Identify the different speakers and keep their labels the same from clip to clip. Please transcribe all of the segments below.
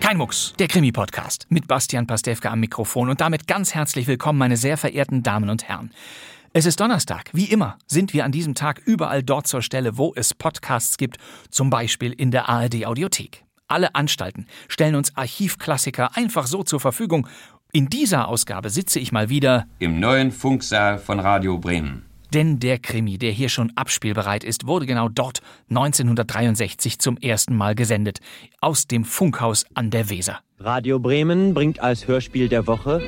Speaker 1: Kein Mucks, der Krimi-Podcast mit Bastian Pastewka am Mikrofon und damit ganz herzlich willkommen, meine sehr verehrten Damen und Herren. Es ist Donnerstag. Wie immer sind wir an diesem Tag überall dort zur Stelle, wo es Podcasts gibt, zum Beispiel in der ARD-Audiothek. Alle Anstalten stellen uns Archivklassiker einfach so zur Verfügung. In dieser Ausgabe sitze ich mal wieder,
Speaker 2: im neuen Funksaal von Radio Bremen.
Speaker 1: denn der Krimi, der hier schon abspielbereit ist, wurde genau dort 1963 zum ersten Mal gesendet. Aus dem Funkhaus an der Weser.
Speaker 3: Radio Bremen bringt als Hörspiel der Woche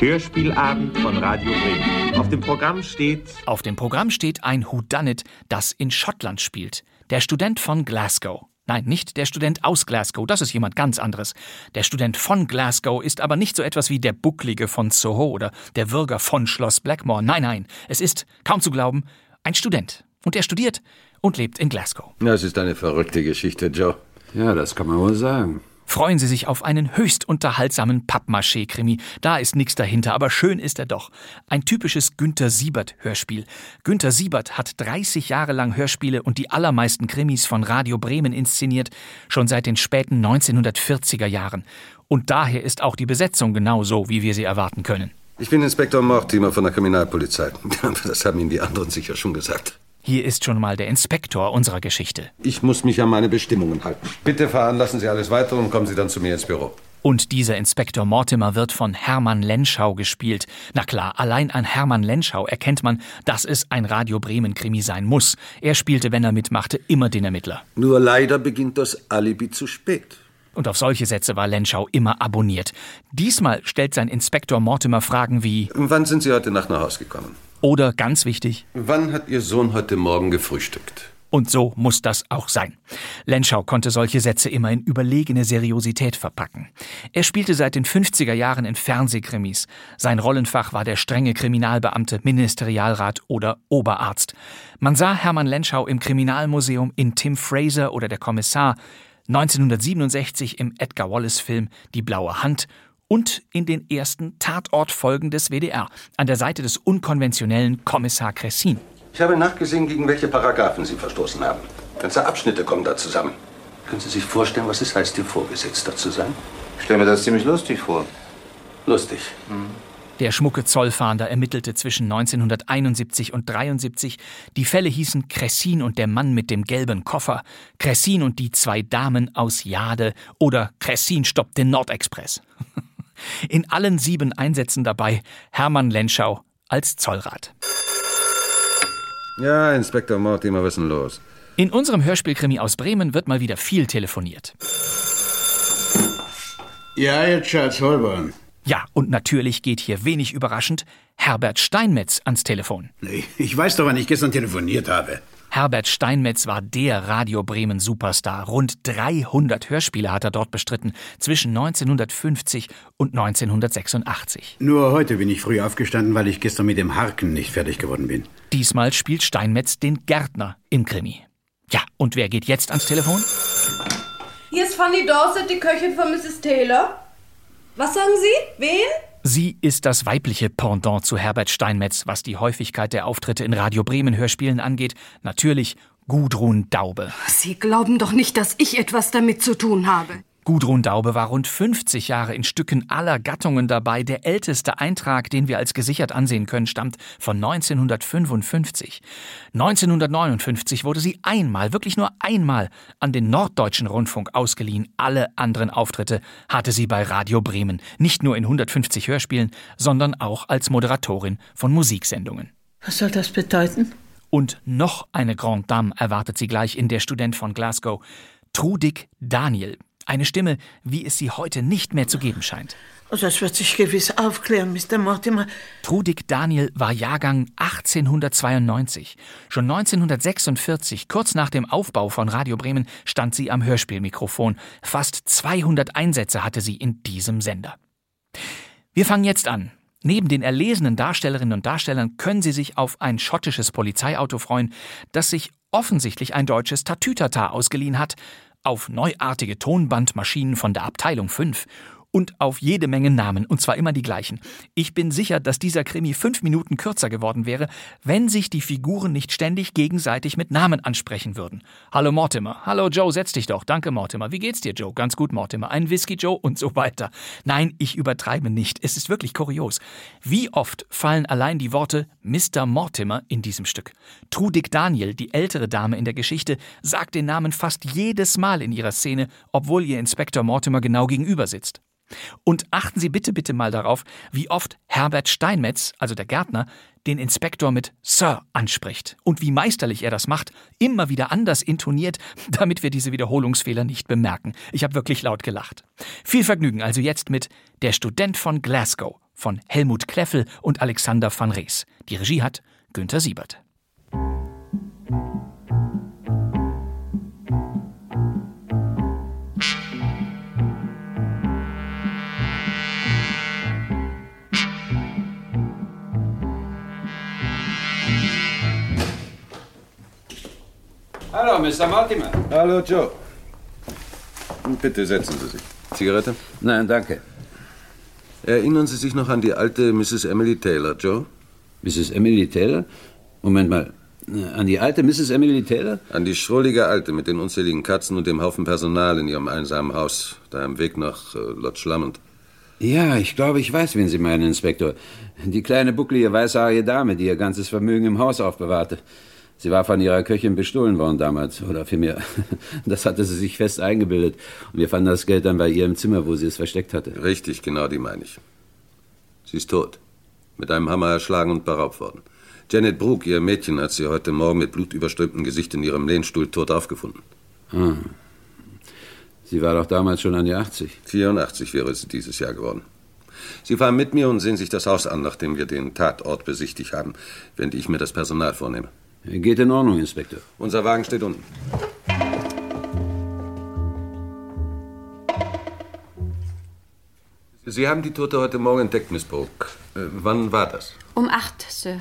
Speaker 2: Hörspielabend von Radio Bremen. Auf dem Programm steht
Speaker 1: Auf dem Programm steht ein Whodunit, das in Schottland spielt. Der Student von Glasgow. Nein, nicht der Student aus Glasgow, das ist jemand ganz anderes. Der Student von Glasgow ist aber nicht so etwas wie der Bucklige von Soho oder der Bürger von Schloss Blackmore. Nein, nein, es ist, kaum zu glauben, ein Student. Und er studiert und lebt in Glasgow.
Speaker 4: Das ist eine verrückte Geschichte, Joe.
Speaker 2: Ja, das kann man wohl sagen.
Speaker 1: Freuen Sie sich auf einen höchst unterhaltsamen Pappmaché-Krimi. Da ist nichts dahinter, aber schön ist er doch. Ein typisches Günter Siebert-Hörspiel. Günter Siebert hat 30 Jahre lang Hörspiele und die allermeisten Krimis von Radio Bremen inszeniert, schon seit den späten 1940er Jahren. Und daher ist auch die Besetzung genau so, wie wir sie erwarten können.
Speaker 4: Ich bin Inspektor Mortimer von der Kriminalpolizei. Das haben Ihnen die anderen sicher schon gesagt.
Speaker 1: Hier ist schon mal der Inspektor unserer Geschichte.
Speaker 4: Ich muss mich an meine Bestimmungen halten. Bitte veranlassen Sie alles weiter und kommen Sie dann zu mir ins Büro.
Speaker 1: Und dieser Inspektor Mortimer wird von Hermann Lenschau gespielt. Na klar, allein an Hermann Lenschau erkennt man, dass es ein Radio Bremen Krimi sein muss. Er spielte, wenn er mitmachte, immer den Ermittler.
Speaker 4: Nur leider beginnt das Alibi zu spät.
Speaker 1: Und auf solche Sätze war Lenschau immer abonniert. Diesmal stellt sein Inspektor Mortimer Fragen wie
Speaker 4: Wann sind Sie heute Nacht nach Hause gekommen?
Speaker 1: oder ganz wichtig,
Speaker 4: Wann hat Ihr Sohn heute Morgen gefrühstückt?
Speaker 1: Und so muss das auch sein. Lenschau konnte solche Sätze immer in überlegene Seriosität verpacken. Er spielte seit den 50er Jahren in Fernsehkrimis. Sein Rollenfach war der strenge Kriminalbeamte, Ministerialrat oder Oberarzt. Man sah Hermann Lenschau im Kriminalmuseum in Tim Fraser oder der Kommissar, 1967 im Edgar Wallace-Film Die blaue Hand und in den ersten Tatortfolgen des WDR an der Seite des unkonventionellen Kommissar Cressin.
Speaker 4: Ich habe nachgesehen, gegen welche Paragraphen Sie verstoßen haben. Ganze Abschnitte kommen da zusammen. Können Sie sich vorstellen, was es heißt, Ihr Vorgesetzter zu sein?
Speaker 5: Ich stelle mir das ziemlich lustig vor.
Speaker 4: Lustig.
Speaker 1: Der schmucke Zollfahnder ermittelte zwischen 1971 und 73. Die Fälle hießen Cressin und der Mann mit dem gelben Koffer, Cressin und die zwei Damen aus Jade oder Cressin stoppt den Nordexpress. In allen sieben Einsätzen dabei Hermann Lenschau als Zollrat.
Speaker 4: Ja, Inspektor Mortimer, was ist denn los?
Speaker 1: In unserem Hörspielkrimi aus Bremen wird mal wieder viel telefoniert.
Speaker 6: Ja, jetzt Schatz, Holborn.
Speaker 1: Ja, und natürlich geht hier wenig überraschend Herbert Steinmetz ans Telefon.
Speaker 6: Nee, Ich weiß doch, wann ich gestern telefoniert habe.
Speaker 1: Herbert Steinmetz war der Radio Bremen Superstar. Rund 300 Hörspiele hat er dort bestritten zwischen 1950 und 1986.
Speaker 6: Nur heute bin ich früh aufgestanden, weil ich gestern mit dem Harken nicht fertig geworden bin.
Speaker 1: Diesmal spielt Steinmetz den Gärtner im Krimi. Ja, und wer geht jetzt ans Telefon?
Speaker 7: Hier ist Fanny Dorset, die Köchin von Mrs. Taylor. Was sagen Sie? Wen?
Speaker 1: Sie ist das weibliche Pendant zu Herbert Steinmetz, was die Häufigkeit der Auftritte in Radio Bremen Hörspielen angeht. Natürlich Gudrun Daube.
Speaker 7: Sie glauben doch nicht, dass ich etwas damit zu tun habe.
Speaker 1: Gudrun Daube war rund 50 Jahre in Stücken aller Gattungen dabei. Der älteste Eintrag, den wir als gesichert ansehen können, stammt von 1955. 1959 wurde sie einmal, wirklich nur einmal, an den Norddeutschen Rundfunk ausgeliehen. Alle anderen Auftritte hatte sie bei Radio Bremen, nicht nur in 150 Hörspielen, sondern auch als Moderatorin von Musiksendungen.
Speaker 7: Was soll das bedeuten?
Speaker 1: Und noch eine Grande Dame erwartet sie gleich in der Student von Glasgow, Trudig Daniel. Eine Stimme, wie es sie heute nicht mehr zu geben scheint.
Speaker 8: Oh, Das wird sich gewiss aufklären, Mr. Mortimer.
Speaker 1: Trudig Daniel war Jahrgang 1892. Schon 1946, kurz nach dem Aufbau von Radio Bremen, stand sie am Hörspielmikrofon. Fast 200 Einsätze hatte sie in diesem Sender. Wir fangen jetzt an. Neben den erlesenen Darstellerinnen und Darstellern können Sie sich auf ein schottisches Polizeiauto freuen, das sich offensichtlich ein deutsches Tatütata ausgeliehen hat, auf neuartige Tonbandmaschinen von der Abteilung 5 und auf jede Menge Namen, und zwar immer die gleichen. Ich bin sicher, dass dieser Krimi fünf Minuten kürzer geworden wäre, wenn sich die Figuren nicht ständig gegenseitig mit Namen ansprechen würden. Hallo Mortimer, hallo Joe, setz dich doch, danke Mortimer, wie geht's dir Joe? Ganz gut Mortimer, ein Whisky Joe und so weiter. Nein, ich übertreibe nicht, es ist wirklich kurios. Wie oft fallen allein die Worte Mr. Mortimer in diesem Stück? Trudig Daniel, die ältere Dame in der Geschichte, sagt den Namen fast jedes Mal in ihrer Szene, obwohl ihr Inspektor Mortimer genau gegenüber sitzt. Und achten Sie bitte, bitte mal darauf, wie oft Herbert Steinmetz, also der Gärtner, den Inspektor mit Sir anspricht und wie meisterlich er das macht, immer wieder anders intoniert, damit wir diese Wiederholungsfehler nicht bemerken. Ich habe wirklich laut gelacht. Viel Vergnügen also jetzt mit Der Student von Glasgow von Helmut Kleffel und Alexander van Rees. Die Regie hat Günther Siebert.
Speaker 2: Hallo, Mr. Mortimer.
Speaker 4: Hallo, Joe. Bitte setzen Sie sich. Zigarette?
Speaker 2: Nein, danke.
Speaker 4: Erinnern Sie sich noch an die alte Mrs. Emily Taylor, Joe?
Speaker 2: Mrs. Emily Taylor? Moment mal. An die alte Mrs. Emily Taylor?
Speaker 4: An die schrullige Alte mit den unzähligen Katzen und dem Haufen Personal in ihrem einsamen Haus, da am Weg nach äh, Lodge Lamont.
Speaker 2: Ja, ich glaube, ich weiß, wen Sie meinen, Inspektor. Die kleine bucklige, weißhaarige Dame, die ihr ganzes Vermögen im Haus aufbewahrte. Sie war von ihrer Köchin bestohlen worden damals, oder vielmehr, das hatte sie sich fest eingebildet. Und wir fanden das Geld dann bei ihr im Zimmer, wo sie es versteckt hatte.
Speaker 4: Richtig, genau die meine ich. Sie ist tot. Mit einem Hammer erschlagen und beraubt worden. Janet Brooke, ihr Mädchen, hat sie heute Morgen mit blutüberströmtem Gesicht in ihrem Lehnstuhl tot aufgefunden.
Speaker 2: Ah. Sie war doch damals schon an die 80.
Speaker 4: 84 wäre sie dieses Jahr geworden. Sie fahren mit mir und sehen sich das Haus an, nachdem wir den Tatort besichtigt haben, während ich mir das Personal vornehme.
Speaker 2: Geht in Ordnung, Inspektor.
Speaker 4: Unser Wagen steht unten. Sie haben die Tote heute Morgen entdeckt, Miss Brooke. Äh, wann war das?
Speaker 9: Um acht, Sir.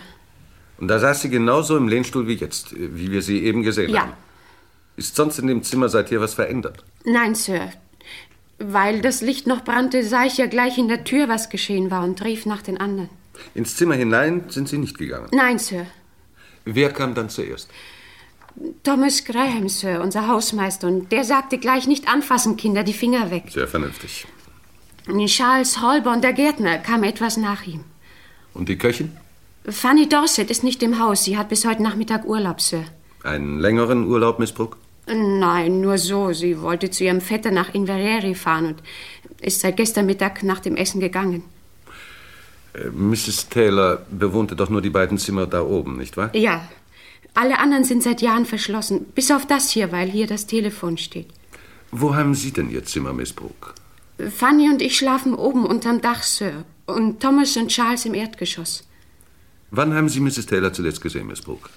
Speaker 4: Und da saß sie genauso im Lehnstuhl wie jetzt, äh, wie wir sie eben gesehen haben.
Speaker 9: Ja.
Speaker 4: Ist sonst in dem Zimmer seit hier was verändert?
Speaker 9: Nein, Sir. Weil das Licht noch brannte, sah ich ja gleich in der Tür, was geschehen war und rief nach den anderen.
Speaker 4: Ins Zimmer hinein sind Sie nicht gegangen.
Speaker 9: Nein, Sir.
Speaker 4: Wer kam dann zuerst?
Speaker 9: Thomas Graham, Sir, unser Hausmeister. Und der sagte gleich, nicht anfassen, Kinder, die Finger weg.
Speaker 4: Sehr vernünftig.
Speaker 9: Charles Holborn, der Gärtner, kam etwas nach ihm.
Speaker 4: Und die Köchin?
Speaker 9: Fanny Dorset ist nicht im Haus. Sie hat bis heute Nachmittag Urlaub, Sir.
Speaker 4: Einen längeren Urlaub, Miss Brooke?
Speaker 9: Nein, nur so. Sie wollte zu ihrem Vetter nach Inverary fahren und ist seit gestern Mittag nach dem Essen gegangen.
Speaker 4: Äh, Mrs. Taylor bewohnte doch nur die beiden Zimmer da oben, nicht wahr?
Speaker 9: Ja, alle anderen sind seit Jahren verschlossen, bis auf das hier, weil hier das Telefon steht.
Speaker 4: Wo haben Sie denn Ihr Zimmer, Miss Brooke?
Speaker 9: Fanny und ich schlafen oben unterm Dach, Sir, und Thomas und Charles im Erdgeschoss.
Speaker 4: Wann haben Sie Mrs. Taylor zuletzt gesehen, Miss Brooke?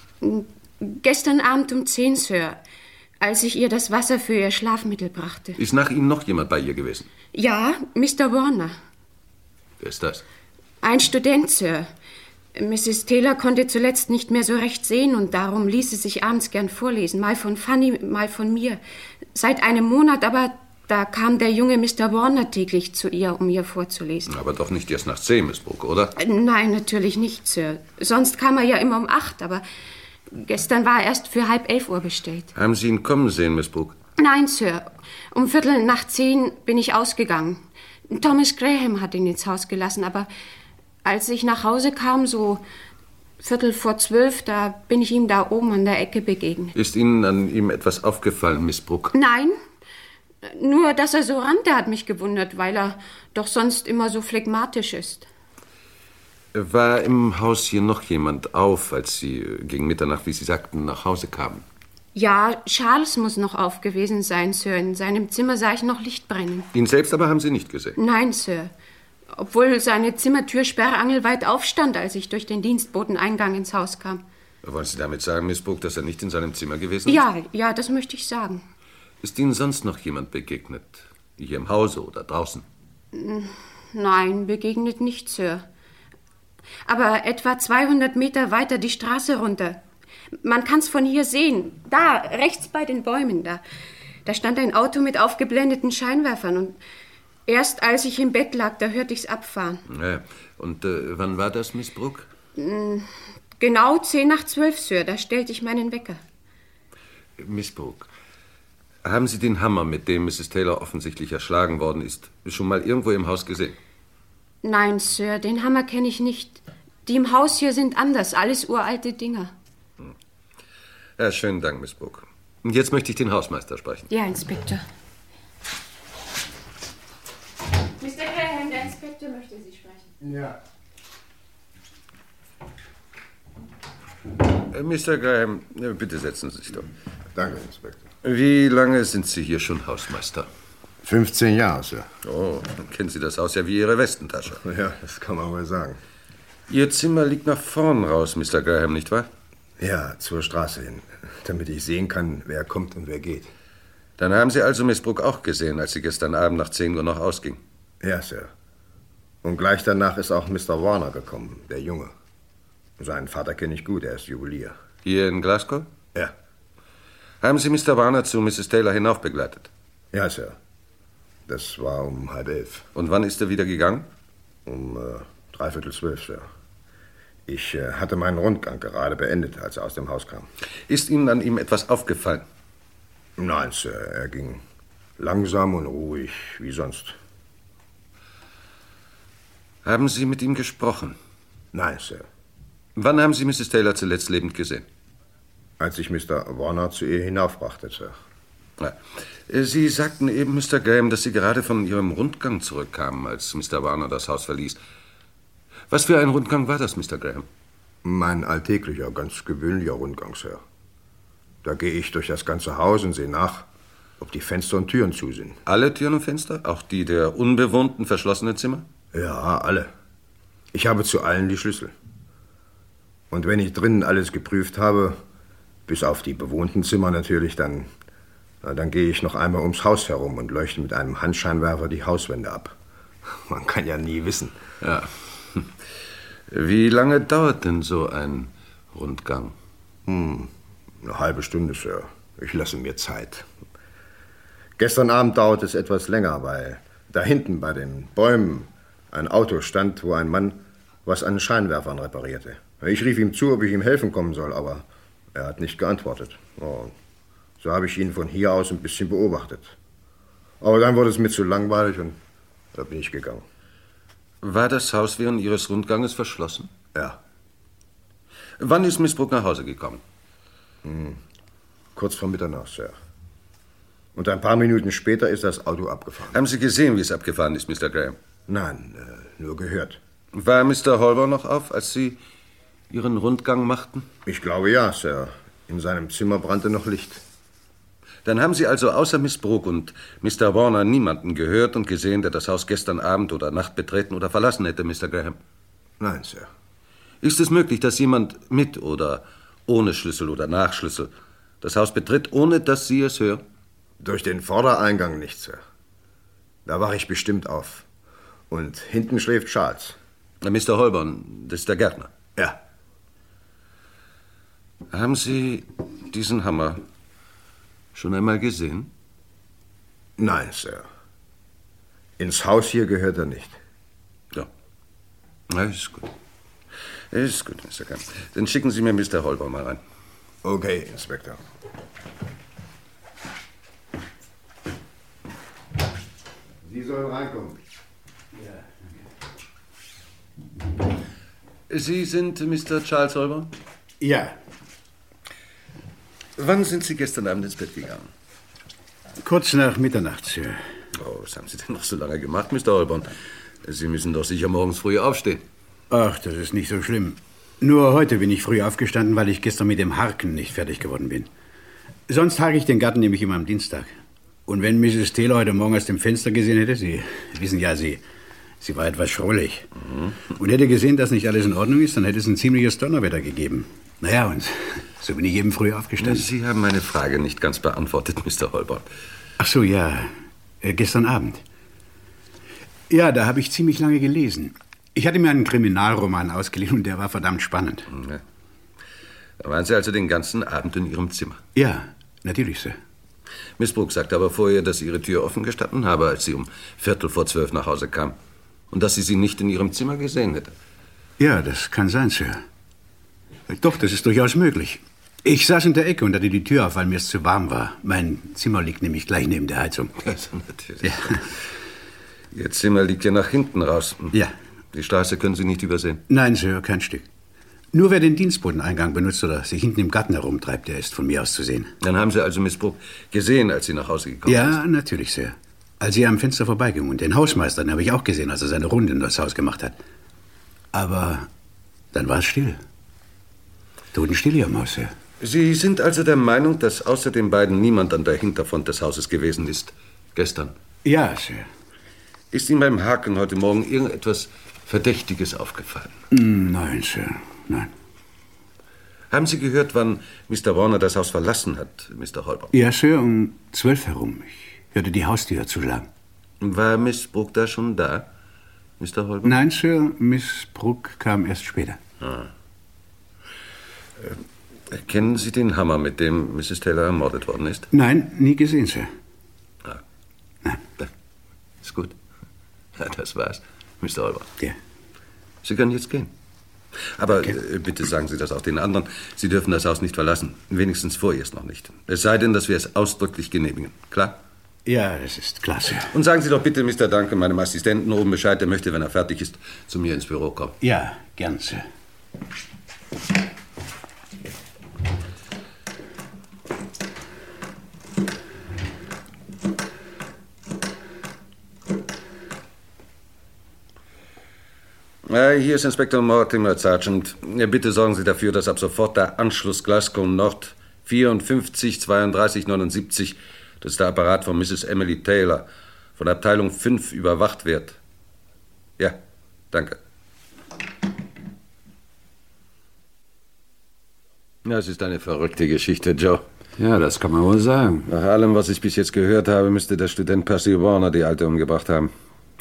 Speaker 9: Gestern Abend um zehn, Sir, als ich ihr das Wasser für ihr Schlafmittel brachte.
Speaker 4: Ist nach Ihnen noch jemand bei ihr gewesen?
Speaker 9: Ja, Mr. Warner.
Speaker 4: Wer ist das?
Speaker 9: Ein Student, Sir. Mrs. Taylor konnte zuletzt nicht mehr so recht sehen und darum ließ sie sich abends gern vorlesen. Mal von Fanny, mal von mir. Seit einem Monat aber, da kam der junge Mr. Warner täglich zu ihr, um ihr vorzulesen.
Speaker 4: Aber doch nicht erst nach zehn, Miss Brooke, oder?
Speaker 9: Äh, Nein, natürlich nicht, Sir. Sonst kam er ja immer um acht, aber gestern war er erst für halb elf Uhr bestellt.
Speaker 4: Haben Sie ihn kommen sehen, Miss Brooke?
Speaker 9: Nein, Sir. Um Viertel nach zehn bin ich ausgegangen. Thomas Graham hat ihn ins Haus gelassen, aber als ich nach Hause kam, so Viertel vor zwölf, da bin ich ihm da oben an der Ecke begegnet.
Speaker 4: Ist Ihnen an ihm etwas aufgefallen, Miss Brooke?
Speaker 9: Nein, nur dass er so rannte, hat mich gewundert, weil er doch sonst immer so phlegmatisch ist.
Speaker 4: War im Haus hier noch jemand auf, als Sie äh, gegen Mitternacht, wie Sie sagten, nach Hause kamen?
Speaker 9: Ja, Charles muss noch auf gewesen sein, Sir. In seinem Zimmer sah ich noch Licht brennen.
Speaker 4: Ihn selbst aber haben Sie nicht gesehen.
Speaker 9: Nein, Sir. Obwohl seine Zimmertür sperrangelweit aufstand, als ich durch den Dienstboteneingang ins Haus kam.
Speaker 4: Wollen Sie damit sagen, Miss Brooke, dass er nicht in seinem Zimmer gewesen ist?
Speaker 9: Ja, ja, das möchte ich sagen.
Speaker 4: Ist Ihnen sonst noch jemand begegnet? Hier im Hause oder draußen?
Speaker 9: Hm, Nein, begegnet nicht, Sir. Aber etwa 200 Meter weiter die Straße runter. Man kann's von hier sehen. Da, rechts bei den Bäumen da. Da stand ein Auto mit aufgeblendeten Scheinwerfern und erst als ich im Bett lag, da hörte ich's abfahren.
Speaker 4: Ja. Und äh, wann war das, Miss Brooke?
Speaker 9: Mm, Genau zehn nach zwölf, Sir, da stellte ich meinen Wecker.
Speaker 4: Miss Brooke, haben Sie den Hammer, mit dem Mrs. Taylor offensichtlich erschlagen worden ist, schon mal irgendwo im Haus gesehen?
Speaker 9: Nein, Sir, den Hammer kenne ich nicht. Die im Haus hier sind anders, alles uralte Dinger.
Speaker 4: Ja, schönen Dank, Miss Brooke. Und jetzt möchte ich den Hausmeister sprechen.
Speaker 9: Ja, Inspektor. Mr. Callahan, der Inspektor möchte Sie sprechen.
Speaker 5: Ja.
Speaker 4: Äh, Mr. Graham, äh, bitte setzen Sie sich doch.
Speaker 10: Danke, Inspektor.
Speaker 4: Wie lange sind Sie hier schon Hausmeister?
Speaker 10: 15 Jahre, Sir.
Speaker 4: Oh, dann kennen Sie das Haus ja wie Ihre Westentasche.
Speaker 10: Ja, das kann man wohl sagen.
Speaker 4: Ihr Zimmer liegt nach vorn raus, Mr. Graham, nicht wahr?
Speaker 10: Ja, zur Straße hin, damit ich sehen kann, wer kommt und wer geht.
Speaker 4: Dann haben Sie also Miss Brooke auch gesehen, als sie gestern Abend nach 10 Uhr noch ausging.
Speaker 10: Ja, Sir. Und gleich danach ist auch Mr. Warner gekommen, der Junge. Seinen Vater kenne ich gut, er ist Juwelier.
Speaker 4: Hier in Glasgow?
Speaker 10: Ja.
Speaker 4: Haben Sie Mr. Warner zu Mrs. Taylor hinaufbegleitet?
Speaker 10: Ja, Sir. Das war um halb elf.
Speaker 4: Und wann ist er wieder gegangen?
Speaker 10: Um äh, dreiviertel zwölf, Sir. Ich äh, hatte meinen Rundgang gerade beendet, als er aus dem Haus kam.
Speaker 4: Ist Ihnen an ihm etwas aufgefallen?
Speaker 10: Nein, Sir. Er ging langsam und ruhig, wie sonst.
Speaker 4: Haben Sie mit ihm gesprochen?
Speaker 10: Nein, Sir.
Speaker 4: Wann haben Sie Mrs. Taylor zuletzt lebend gesehen?
Speaker 10: Als ich Mr. Warner zu ihr hinaufbrachte, Sir.
Speaker 4: Na, äh, Sie sagten eben, Mr. Graham, dass Sie gerade von Ihrem Rundgang zurückkamen, als Mr. Warner das Haus verließ. Was für ein Rundgang war das, Mr. Graham?
Speaker 10: Mein alltäglicher, ganz gewöhnlicher Rundgang, Sir. Da gehe ich durch das ganze Haus und sehe nach, ob die Fenster und Türen zu sind.
Speaker 4: Alle Türen und Fenster? Auch die der unbewohnten, verschlossenen Zimmer?
Speaker 10: Ja, Ah, alle. Ich habe zu allen die Schlüssel. Und wenn ich drinnen alles geprüft habe, bis auf die bewohnten Zimmer natürlich, dann, na, dann gehe ich noch einmal ums Haus herum und leuchte mit einem Handscheinwerfer die Hauswände ab. Man kann ja nie wissen.
Speaker 4: Ja. Wie lange dauert denn so ein Rundgang?
Speaker 10: Hm, eine halbe Stunde, Sir. Ich lasse mir Zeit. Gestern Abend dauerte es etwas länger, weil da hinten bei den Bäumen ein Auto stand, wo ein Mann was an Scheinwerfern reparierte. Ich rief ihm zu, ob ich ihm helfen kommen soll, aber er hat nicht geantwortet. Oh, so habe ich ihn von hier aus ein bisschen beobachtet. Aber dann wurde es mir zu langweilig und da bin ich gegangen.
Speaker 4: War das Haus während Ihres Rundganges verschlossen?
Speaker 10: Ja.
Speaker 4: Wann ist Miss Brooke nach Hause gekommen?
Speaker 10: Hm. Kurz vor Mitternacht, Sir. Und ein paar Minuten später ist das Auto abgefahren.
Speaker 4: Haben Sie gesehen, wie es abgefahren ist, Mr. Graham?
Speaker 10: Nein, äh, nur gehört.
Speaker 4: War Mr. Holber noch auf, als Sie Ihren Rundgang machten?
Speaker 10: Ich glaube ja, Sir. In seinem Zimmer brannte noch Licht.
Speaker 4: Dann haben Sie also außer Miss Brooke und Mr. Warner niemanden gehört und gesehen, der das Haus gestern Abend oder Nacht betreten oder verlassen hätte, Mr. Graham.
Speaker 10: Nein, Sir.
Speaker 4: Ist es möglich, dass jemand mit oder ohne Schlüssel oder Nachschlüssel das Haus betritt, ohne dass Sie es hören?
Speaker 10: Durch den Vordereingang nicht, Sir. Da wache ich bestimmt auf. Und hinten schläft Charles.
Speaker 4: Na, Mr. Holborn, das ist der Gärtner.
Speaker 10: Ja.
Speaker 4: Haben Sie diesen Hammer schon einmal gesehen?
Speaker 10: Nein, Sir. Ins Haus hier gehört er nicht.
Speaker 4: Ja. Na, ist gut. Ist gut, Mr. Graham. Dann schicken Sie mir Mr. Holborn mal rein.
Speaker 10: Okay, Inspektor. Sie sollen reinkommen.
Speaker 4: Sie sind Mr. Charles Holborn?
Speaker 6: Ja,
Speaker 4: Wann sind Sie gestern Abend ins Bett gegangen?
Speaker 6: kurz nach Mitternacht, Sir.
Speaker 4: Oh, was haben Sie denn noch so lange gemacht, Mr. Holborn? Sie müssen doch sicher morgens früh aufstehen.
Speaker 6: Ach, das ist nicht so schlimm. Nur heute bin ich früh aufgestanden, weil ich gestern mit dem Harken nicht fertig geworden bin. Sonst hake ich den Garten nämlich immer am Dienstag. Und wenn Mrs. Taylor heute Morgen aus dem Fenster gesehen hätte, Sie wissen ja, sie, sie war etwas schrullig,
Speaker 4: Mhm.
Speaker 6: und hätte gesehen, dass nicht alles in Ordnung ist, dann hätte es ein ziemliches Donnerwetter gegeben. Naja, und so bin ich eben früh aufgestanden.
Speaker 4: Sie haben meine Frage nicht ganz beantwortet, Mr. Holborn.
Speaker 6: Ach so, ja. Äh, gestern Abend. Ja, da habe ich ziemlich lange gelesen. Ich hatte mir einen Kriminalroman ausgeliehen und der war verdammt spannend.
Speaker 4: Da waren Sie also den ganzen Abend in Ihrem Zimmer.
Speaker 6: Ja, natürlich, Sir.
Speaker 4: Miss Brooks sagte aber vorher, dass Ihre Tür offen gestanden habe, als sie um Viertel vor zwölf nach Hause kam. Und dass sie sie nicht in Ihrem Zimmer gesehen hätte.
Speaker 6: Ja, das kann sein, Sir. Doch, das ist durchaus möglich. Ich saß in der Ecke und hatte die Tür auf, weil mir es zu warm war. Mein Zimmer liegt nämlich gleich neben der Heizung.
Speaker 4: Also natürlich. Ihr Zimmer liegt ja nach hinten raus.
Speaker 6: Ja.
Speaker 4: Die Straße können Sie nicht übersehen.
Speaker 6: Nein, Sir, kein Stück. Nur wer den Dienstbodeneingang benutzt oder sich hinten im Garten herumtreibt, der ist von mir aus zu sehen.
Speaker 4: Dann haben Sie also Miss Brooke gesehen, als sie nach Hause gekommen ist.
Speaker 6: Ja, natürlich, Sir. Als ich am Fenster vorbeiging und den Hausmeister, den habe ich auch gesehen, als er seine Runde in das Haus gemacht hat. Aber dann war es still. Totenstill hier im Haus, Sir.
Speaker 4: Sie sind also der Meinung, dass außer den beiden niemand an der Hinterfront des Hauses gewesen ist. Gestern.
Speaker 6: Ja, Sir.
Speaker 4: Ist Ihnen beim Haken heute Morgen irgendetwas Verdächtiges aufgefallen?
Speaker 6: Mm, Nein, Sir. Nein.
Speaker 4: Haben Sie gehört, wann Mr. Warner das Haus verlassen hat, Mr. Holborn?
Speaker 6: Ja, Sir, um zwölf herum. Ich hörte die Haustür zuschlagen.
Speaker 4: War Miss Brooke da schon da, Mr. Holborn?
Speaker 6: Nein, Sir, Miss Brooke kam erst später.
Speaker 4: Ah. Äh, Kennen Sie den Hammer, mit dem Mrs. Taylor ermordet worden ist?
Speaker 6: Nein, nie gesehen, Sir.
Speaker 4: Ist gut. Ja, das war's, Mr. Holborn.
Speaker 6: Ja.
Speaker 4: Sie können jetzt gehen. Aber äh, bitte sagen Sie das auch den anderen. Sie dürfen das Haus nicht verlassen. Wenigstens vorerst noch nicht. Es sei denn, dass wir es ausdrücklich genehmigen. Klar?
Speaker 6: Ja, das ist klar, Sir.
Speaker 4: Und sagen Sie doch bitte Mr. Duncan, meinem Assistenten, oben Bescheid. Er möchte, wenn er fertig ist, zu mir ins Büro kommen.
Speaker 6: Ja, gern, Sir.
Speaker 4: Ja, hier ist Inspektor Mortimer, Sergeant. Ja, Bitte sorgen Sie dafür, dass ab sofort der Anschluss Glasgow Nord 54 32 79, das ist der Apparat von Mrs. Emily Taylor, von der Abteilung 5 überwacht wird. Ja, danke. Ja, es ist eine verrückte Geschichte, Joe.
Speaker 2: Ja, das kann man wohl sagen.
Speaker 4: Nach allem, was ich bis jetzt gehört habe, müsste der Student Percy Warner die Alte umgebracht haben.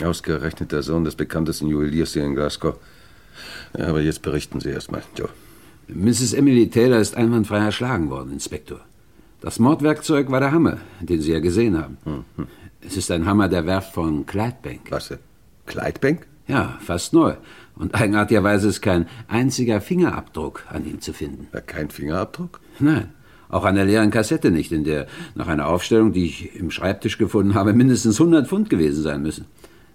Speaker 4: Ausgerechnet der Sohn des bekanntesten Juweliers hier in Glasgow. Ja, aber jetzt berichten Sie erstmal, Joe.
Speaker 2: Mrs. Emily Taylor ist einwandfrei erschlagen worden, Inspektor. Das Mordwerkzeug war der Hammer, den Sie ja gesehen haben. Es ist ein Hammer der Werft von Clydebank.
Speaker 4: Mhm. Was? Clydebank?
Speaker 2: Ja, fast neu. Und eigenartigerweise ist kein einziger Fingerabdruck an ihm zu finden.
Speaker 4: Kein Fingerabdruck?
Speaker 2: Nein. Auch an der leeren Kassette nicht, in der nach einer Aufstellung, die ich im Schreibtisch gefunden habe, mindestens 100 Pfund gewesen sein müssen.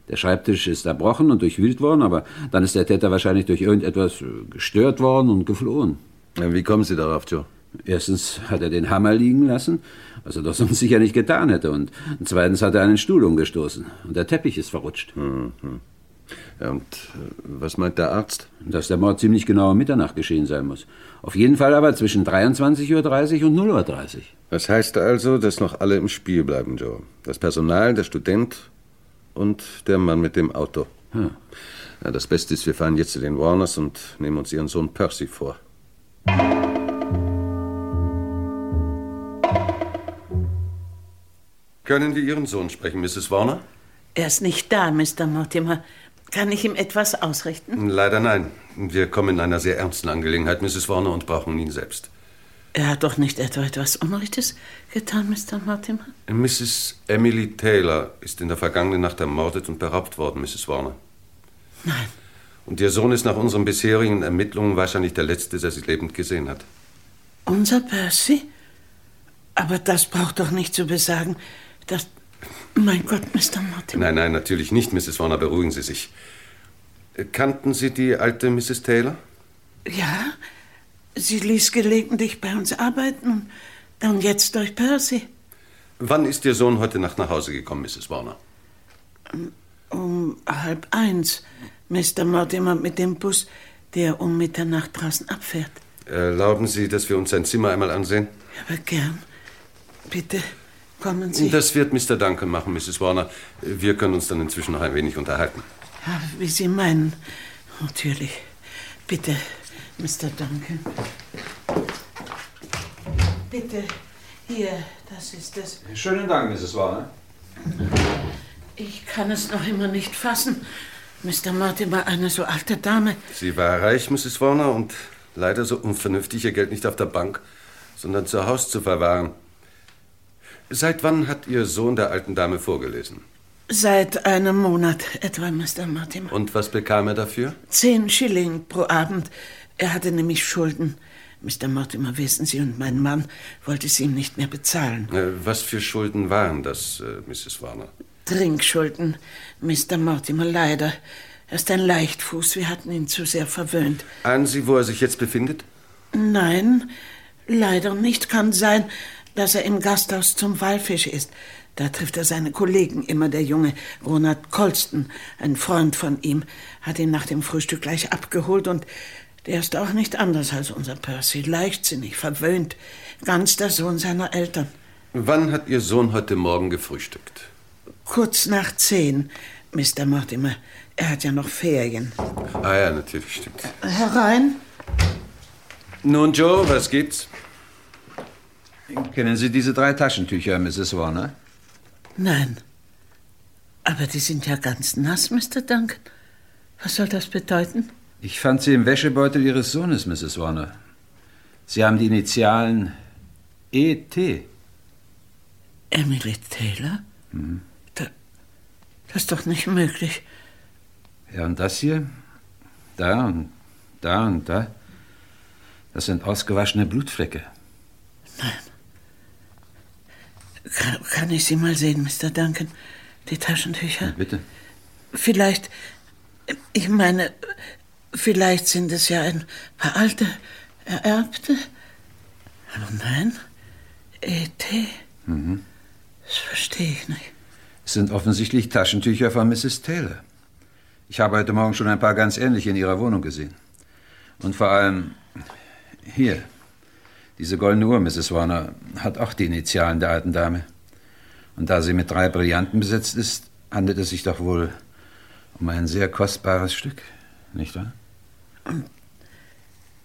Speaker 2: Der Schreibtisch ist erbrochen und durchwühlt worden, aber dann ist der Täter wahrscheinlich durch irgendetwas äh, gestört worden und geflohen.
Speaker 4: Wie kommen Sie darauf, Joe?
Speaker 2: Erstens hat er den Hammer liegen lassen, was er doch sonst sicher nicht getan hätte. Und zweitens hat er einen Stuhl umgestoßen und der Teppich ist verrutscht.
Speaker 4: Mhm. Ja, und äh, was meint der Arzt?
Speaker 2: Dass der Mord ziemlich genau um Mitternacht geschehen sein muss. Auf jeden Fall aber zwischen 23.30 Uhr und 0.30 Uhr.
Speaker 4: Das heißt also, dass noch alle im Spiel bleiben, Joe. Das Personal, der Student und der Mann mit dem Auto.
Speaker 2: Hm.
Speaker 4: Ja, das Beste ist, wir fahren jetzt zu den Warners und nehmen uns ihren Sohn Percy vor. Können wir Ihren Sohn sprechen, Mrs. Warner?
Speaker 8: Er ist nicht da, Mr. Mortimer. Kann ich ihm etwas ausrichten?
Speaker 4: Leider nein. Wir kommen in einer sehr ernsten Angelegenheit, Mrs. Warner, und brauchen ihn selbst.
Speaker 8: Er hat doch nicht etwa etwas Unrechtes getan, Mr. Mortimer.
Speaker 4: Mrs. Emily Taylor ist in der vergangenen Nacht ermordet und beraubt worden, Mrs. Warner.
Speaker 8: Nein.
Speaker 4: Und Ihr Sohn ist nach unseren bisherigen Ermittlungen wahrscheinlich der Letzte, der sie lebend gesehen hat.
Speaker 8: Unser Percy? Aber das braucht doch nicht zu besagen, dass. Mein Gott, Mr. Mortimer.
Speaker 4: Nein, nein, natürlich nicht, Mrs. Warner, beruhigen Sie sich. Kannten Sie die alte Mrs. Taylor?
Speaker 8: Ja, sie ließ gelegentlich bei uns arbeiten und, und jetzt durch Percy.
Speaker 4: Wann ist Ihr Sohn heute Nacht nach Hause gekommen, Mrs. Warner?
Speaker 8: Um halb eins. Mr. Mortimer mit dem Bus, der um Mitternacht draußen abfährt.
Speaker 4: Erlauben Sie, dass wir uns sein Zimmer einmal ansehen?
Speaker 8: Aber Äh, gern. Bitte, kommen Sie.
Speaker 4: Das wird Mr. Duncan machen, Mrs. Warner. Wir können uns dann inzwischen noch ein wenig unterhalten.
Speaker 8: Ja, wie Sie meinen. Natürlich. Bitte, Mr. Duncan. Bitte, hier, das ist es.
Speaker 2: Schönen Dank, Mrs. Warner.
Speaker 8: Ich kann es noch immer nicht fassen. Mr. Mortimer, eine so alte Dame.
Speaker 4: Sie war reich, Mrs. Warner, und leider so unvernünftig, ihr Geld nicht auf der Bank, sondern zu Hause zu verwahren. Seit wann hat Ihr Sohn der alten Dame vorgelesen?
Speaker 8: Seit einem Monat etwa, Mr. Mortimer.
Speaker 4: Und was bekam er dafür?
Speaker 8: Zehn Schilling pro Abend. Er hatte nämlich Schulden. Mr. Mortimer, wissen Sie, und mein Mann wollte es ihm nicht mehr bezahlen.
Speaker 4: Äh, Was für Schulden waren das, äh, Mrs. Warner?
Speaker 8: Trinkschulden, Mr. Mortimer, leider. Er ist ein Leichtfuß, wir hatten ihn zu sehr verwöhnt.
Speaker 4: Ahnen Sie, wo er sich jetzt befindet?
Speaker 8: Nein, leider nicht. Kann sein, dass er im Gasthaus zum Walfisch ist. Da trifft er seine Kollegen immer. Der junge Ronald Colston, ein Freund von ihm, hat ihn nach dem Frühstück gleich abgeholt und der ist auch nicht anders als unser Percy. Leichtsinnig, verwöhnt, ganz der Sohn seiner Eltern.
Speaker 4: Wann hat Ihr Sohn heute Morgen gefrühstückt?
Speaker 8: Kurz nach zehn, Mr. Mortimer. Er hat ja noch Ferien.
Speaker 4: Ah ja, natürlich, stimmt.
Speaker 8: Herein?
Speaker 4: Nun, Joe, was gibt's?
Speaker 2: Kennen Sie diese drei Taschentücher, Mrs. Warner?
Speaker 8: Nein. Aber die sind ja ganz nass, Mr. Duncan. Was soll das bedeuten?
Speaker 2: Ich fand sie im Wäschebeutel Ihres Sohnes, Mrs. Warner. Sie haben die Initialen E E.T.
Speaker 8: Emily Taylor?
Speaker 2: Mhm.
Speaker 8: Das ist doch nicht möglich.
Speaker 2: Ja, und das hier? Da und da und da. Das sind ausgewaschene Blutflecke.
Speaker 8: Kann, kann ich sie mal sehen, Mr. Duncan? Die Taschentücher?
Speaker 2: Bitte.
Speaker 8: Vielleicht, ich meine, vielleicht sind es ja ein paar alte, ererbte. Aber nein, E.T.,
Speaker 2: Mhm.
Speaker 8: E das verstehe ich nicht.
Speaker 2: Es sind offensichtlich Taschentücher von Mrs. Taylor. Ich habe heute Morgen schon ein paar ganz ähnliche in ihrer Wohnung gesehen. Und vor allem hier. Diese goldene Uhr, Mrs. Warner, hat auch die Initialen der alten Dame. Und da sie mit drei Brillanten besetzt ist, handelt es sich doch wohl um ein sehr kostbares Stück, nicht wahr?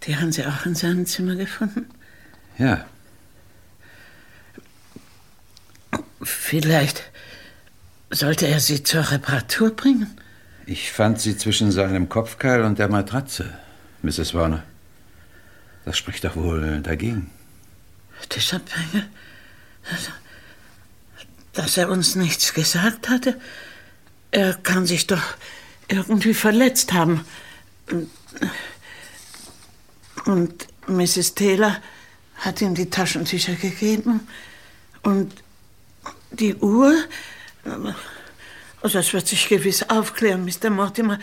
Speaker 8: Die haben Sie auch in seinem Zimmer gefunden?
Speaker 2: Ja.
Speaker 8: Vielleicht sollte er sie zur Reparatur bringen.
Speaker 2: Ich fand sie zwischen seinem Kopfkeil und der Matratze, Mrs. Warner. Das spricht doch wohl dagegen.
Speaker 8: Deshalb, äh, dass er uns nichts gesagt hatte. Er kann sich doch irgendwie verletzt haben. Und Mrs. Taylor hat ihm die Taschentücher gegeben und die Uhr. Also das wird sich gewiss aufklären, Mr. Mortimer.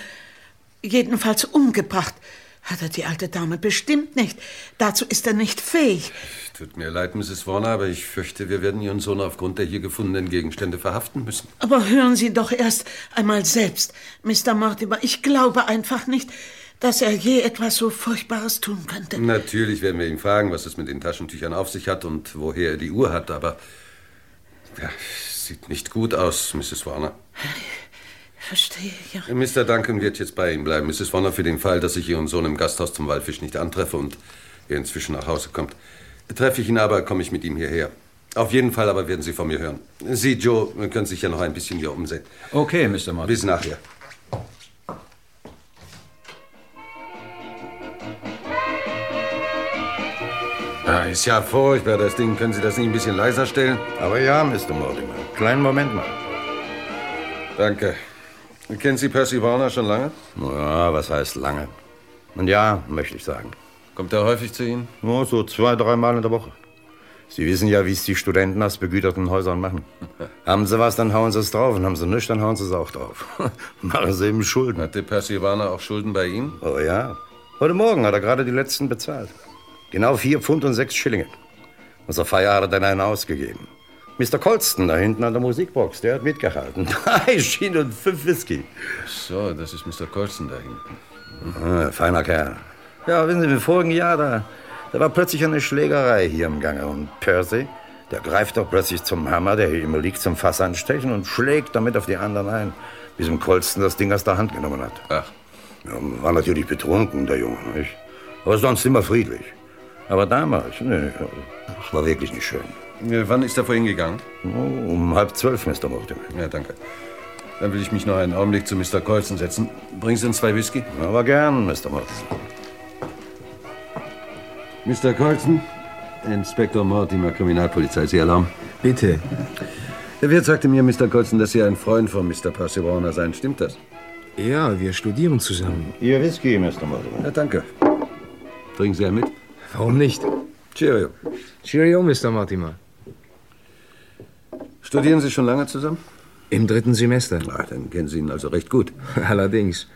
Speaker 8: Jedenfalls umgebracht hat er die alte Dame bestimmt nicht. Dazu ist er nicht fähig.
Speaker 4: Tut mir leid, Mrs. Warner, aber ich fürchte, wir werden Ihren Sohn aufgrund der hier gefundenen Gegenstände verhaften müssen.
Speaker 8: Aber hören Sie doch erst einmal selbst, Mr. Mortimer. Ich glaube einfach nicht, dass er je etwas so Furchtbares tun könnte.
Speaker 4: Natürlich werden wir ihn fragen, was es mit den Taschentüchern auf sich hat und woher er die Uhr hat, aber. Ja, sieht nicht gut aus, Mrs. Warner.
Speaker 8: Verstehe, ja.
Speaker 4: Mr. Duncan wird jetzt bei Ihnen bleiben, Mrs. Warner, für den Fall, dass ich Ihren Sohn im Gasthaus zum Walfisch nicht antreffe und er inzwischen nach Hause kommt. Treffe ich ihn aber, komme ich mit ihm hierher. Auf jeden Fall aber werden Sie von mir hören. Sie, Joe, können sich ja noch ein bisschen hier umsehen.
Speaker 2: Okay, Mr. Martin.
Speaker 4: Bis nachher. Ah, ist ja furchtbar, das Ding. Können Sie das nicht ein bisschen leiser stellen?
Speaker 10: Aber ja, Mr. Mortimer. Kleinen Moment mal.
Speaker 4: Danke. Kennen Sie Percy Warner schon lange?
Speaker 10: Ja, was heißt lange? Und ja, möchte ich sagen.
Speaker 4: Kommt er häufig zu Ihnen?
Speaker 10: Nur so zwei, dreimal in der Woche. Sie wissen ja, wie es die Studenten aus begüterten Häusern machen. Haben sie was, dann hauen sie es drauf. Und haben sie nichts, dann hauen sie es auch drauf. machen sie eben Schulden.
Speaker 4: Hatte Percy Warner auch Schulden bei Ihnen?
Speaker 10: Oh ja. Heute Morgen hat er gerade die letzten bezahlt. Genau vier Pfund und sechs Schillinge. Unser Feier hat er einen ausgegeben. Mr. Colston da hinten an der Musikbox, der hat mitgehalten. Drei Schienen und fünf Whisky.
Speaker 4: So, das ist Mr. Colson da hinten.
Speaker 10: Ah, feiner Kerl. Ja, wissen Sie, im vorigen Jahr, da, da war plötzlich eine Schlägerei hier im Gange. Und Percy,
Speaker 11: Der greift doch plötzlich zum Hammer, der hier immer liegt, zum Fassanstechen und schlägt damit auf die anderen ein, bis ihm Colston das Ding aus der Hand genommen hat. Ach. Ja, war natürlich betrunken, der Junge, nicht? Aber sonst immer friedlich. Aber damals, nee, das war wirklich nicht schön.
Speaker 4: Äh, Wann ist er vorhin gegangen?
Speaker 11: um halb zwölf, Mr. Mortimer.
Speaker 4: Ja, danke. Dann will ich mich noch einen Augenblick zu Mr. Colson setzen. Bringen Sie uns zwei Whisky?
Speaker 11: Aber gern, Mr. Mortimer.
Speaker 4: Mr. Colson? Inspektor Mortimer, Kriminalpolizei, Sie erlauben? Bitte. Der Wirt sagte mir, Mr. Colson, dass Sie ein Freund von Mr. Percy Warner seien. Stimmt das?
Speaker 12: Ja, wir studieren zusammen.
Speaker 4: Ihr Whisky, Mr. Mortimer. Ja, danke. Bringen Sie einen mit?
Speaker 12: Warum nicht?
Speaker 4: Cheerio.
Speaker 12: Cheerio, Mr. Mortimer.
Speaker 4: Studieren Sie schon lange zusammen?
Speaker 12: Im dritten Semester.
Speaker 4: Ah, dann kennen Sie ihn also recht gut.
Speaker 12: Allerdings.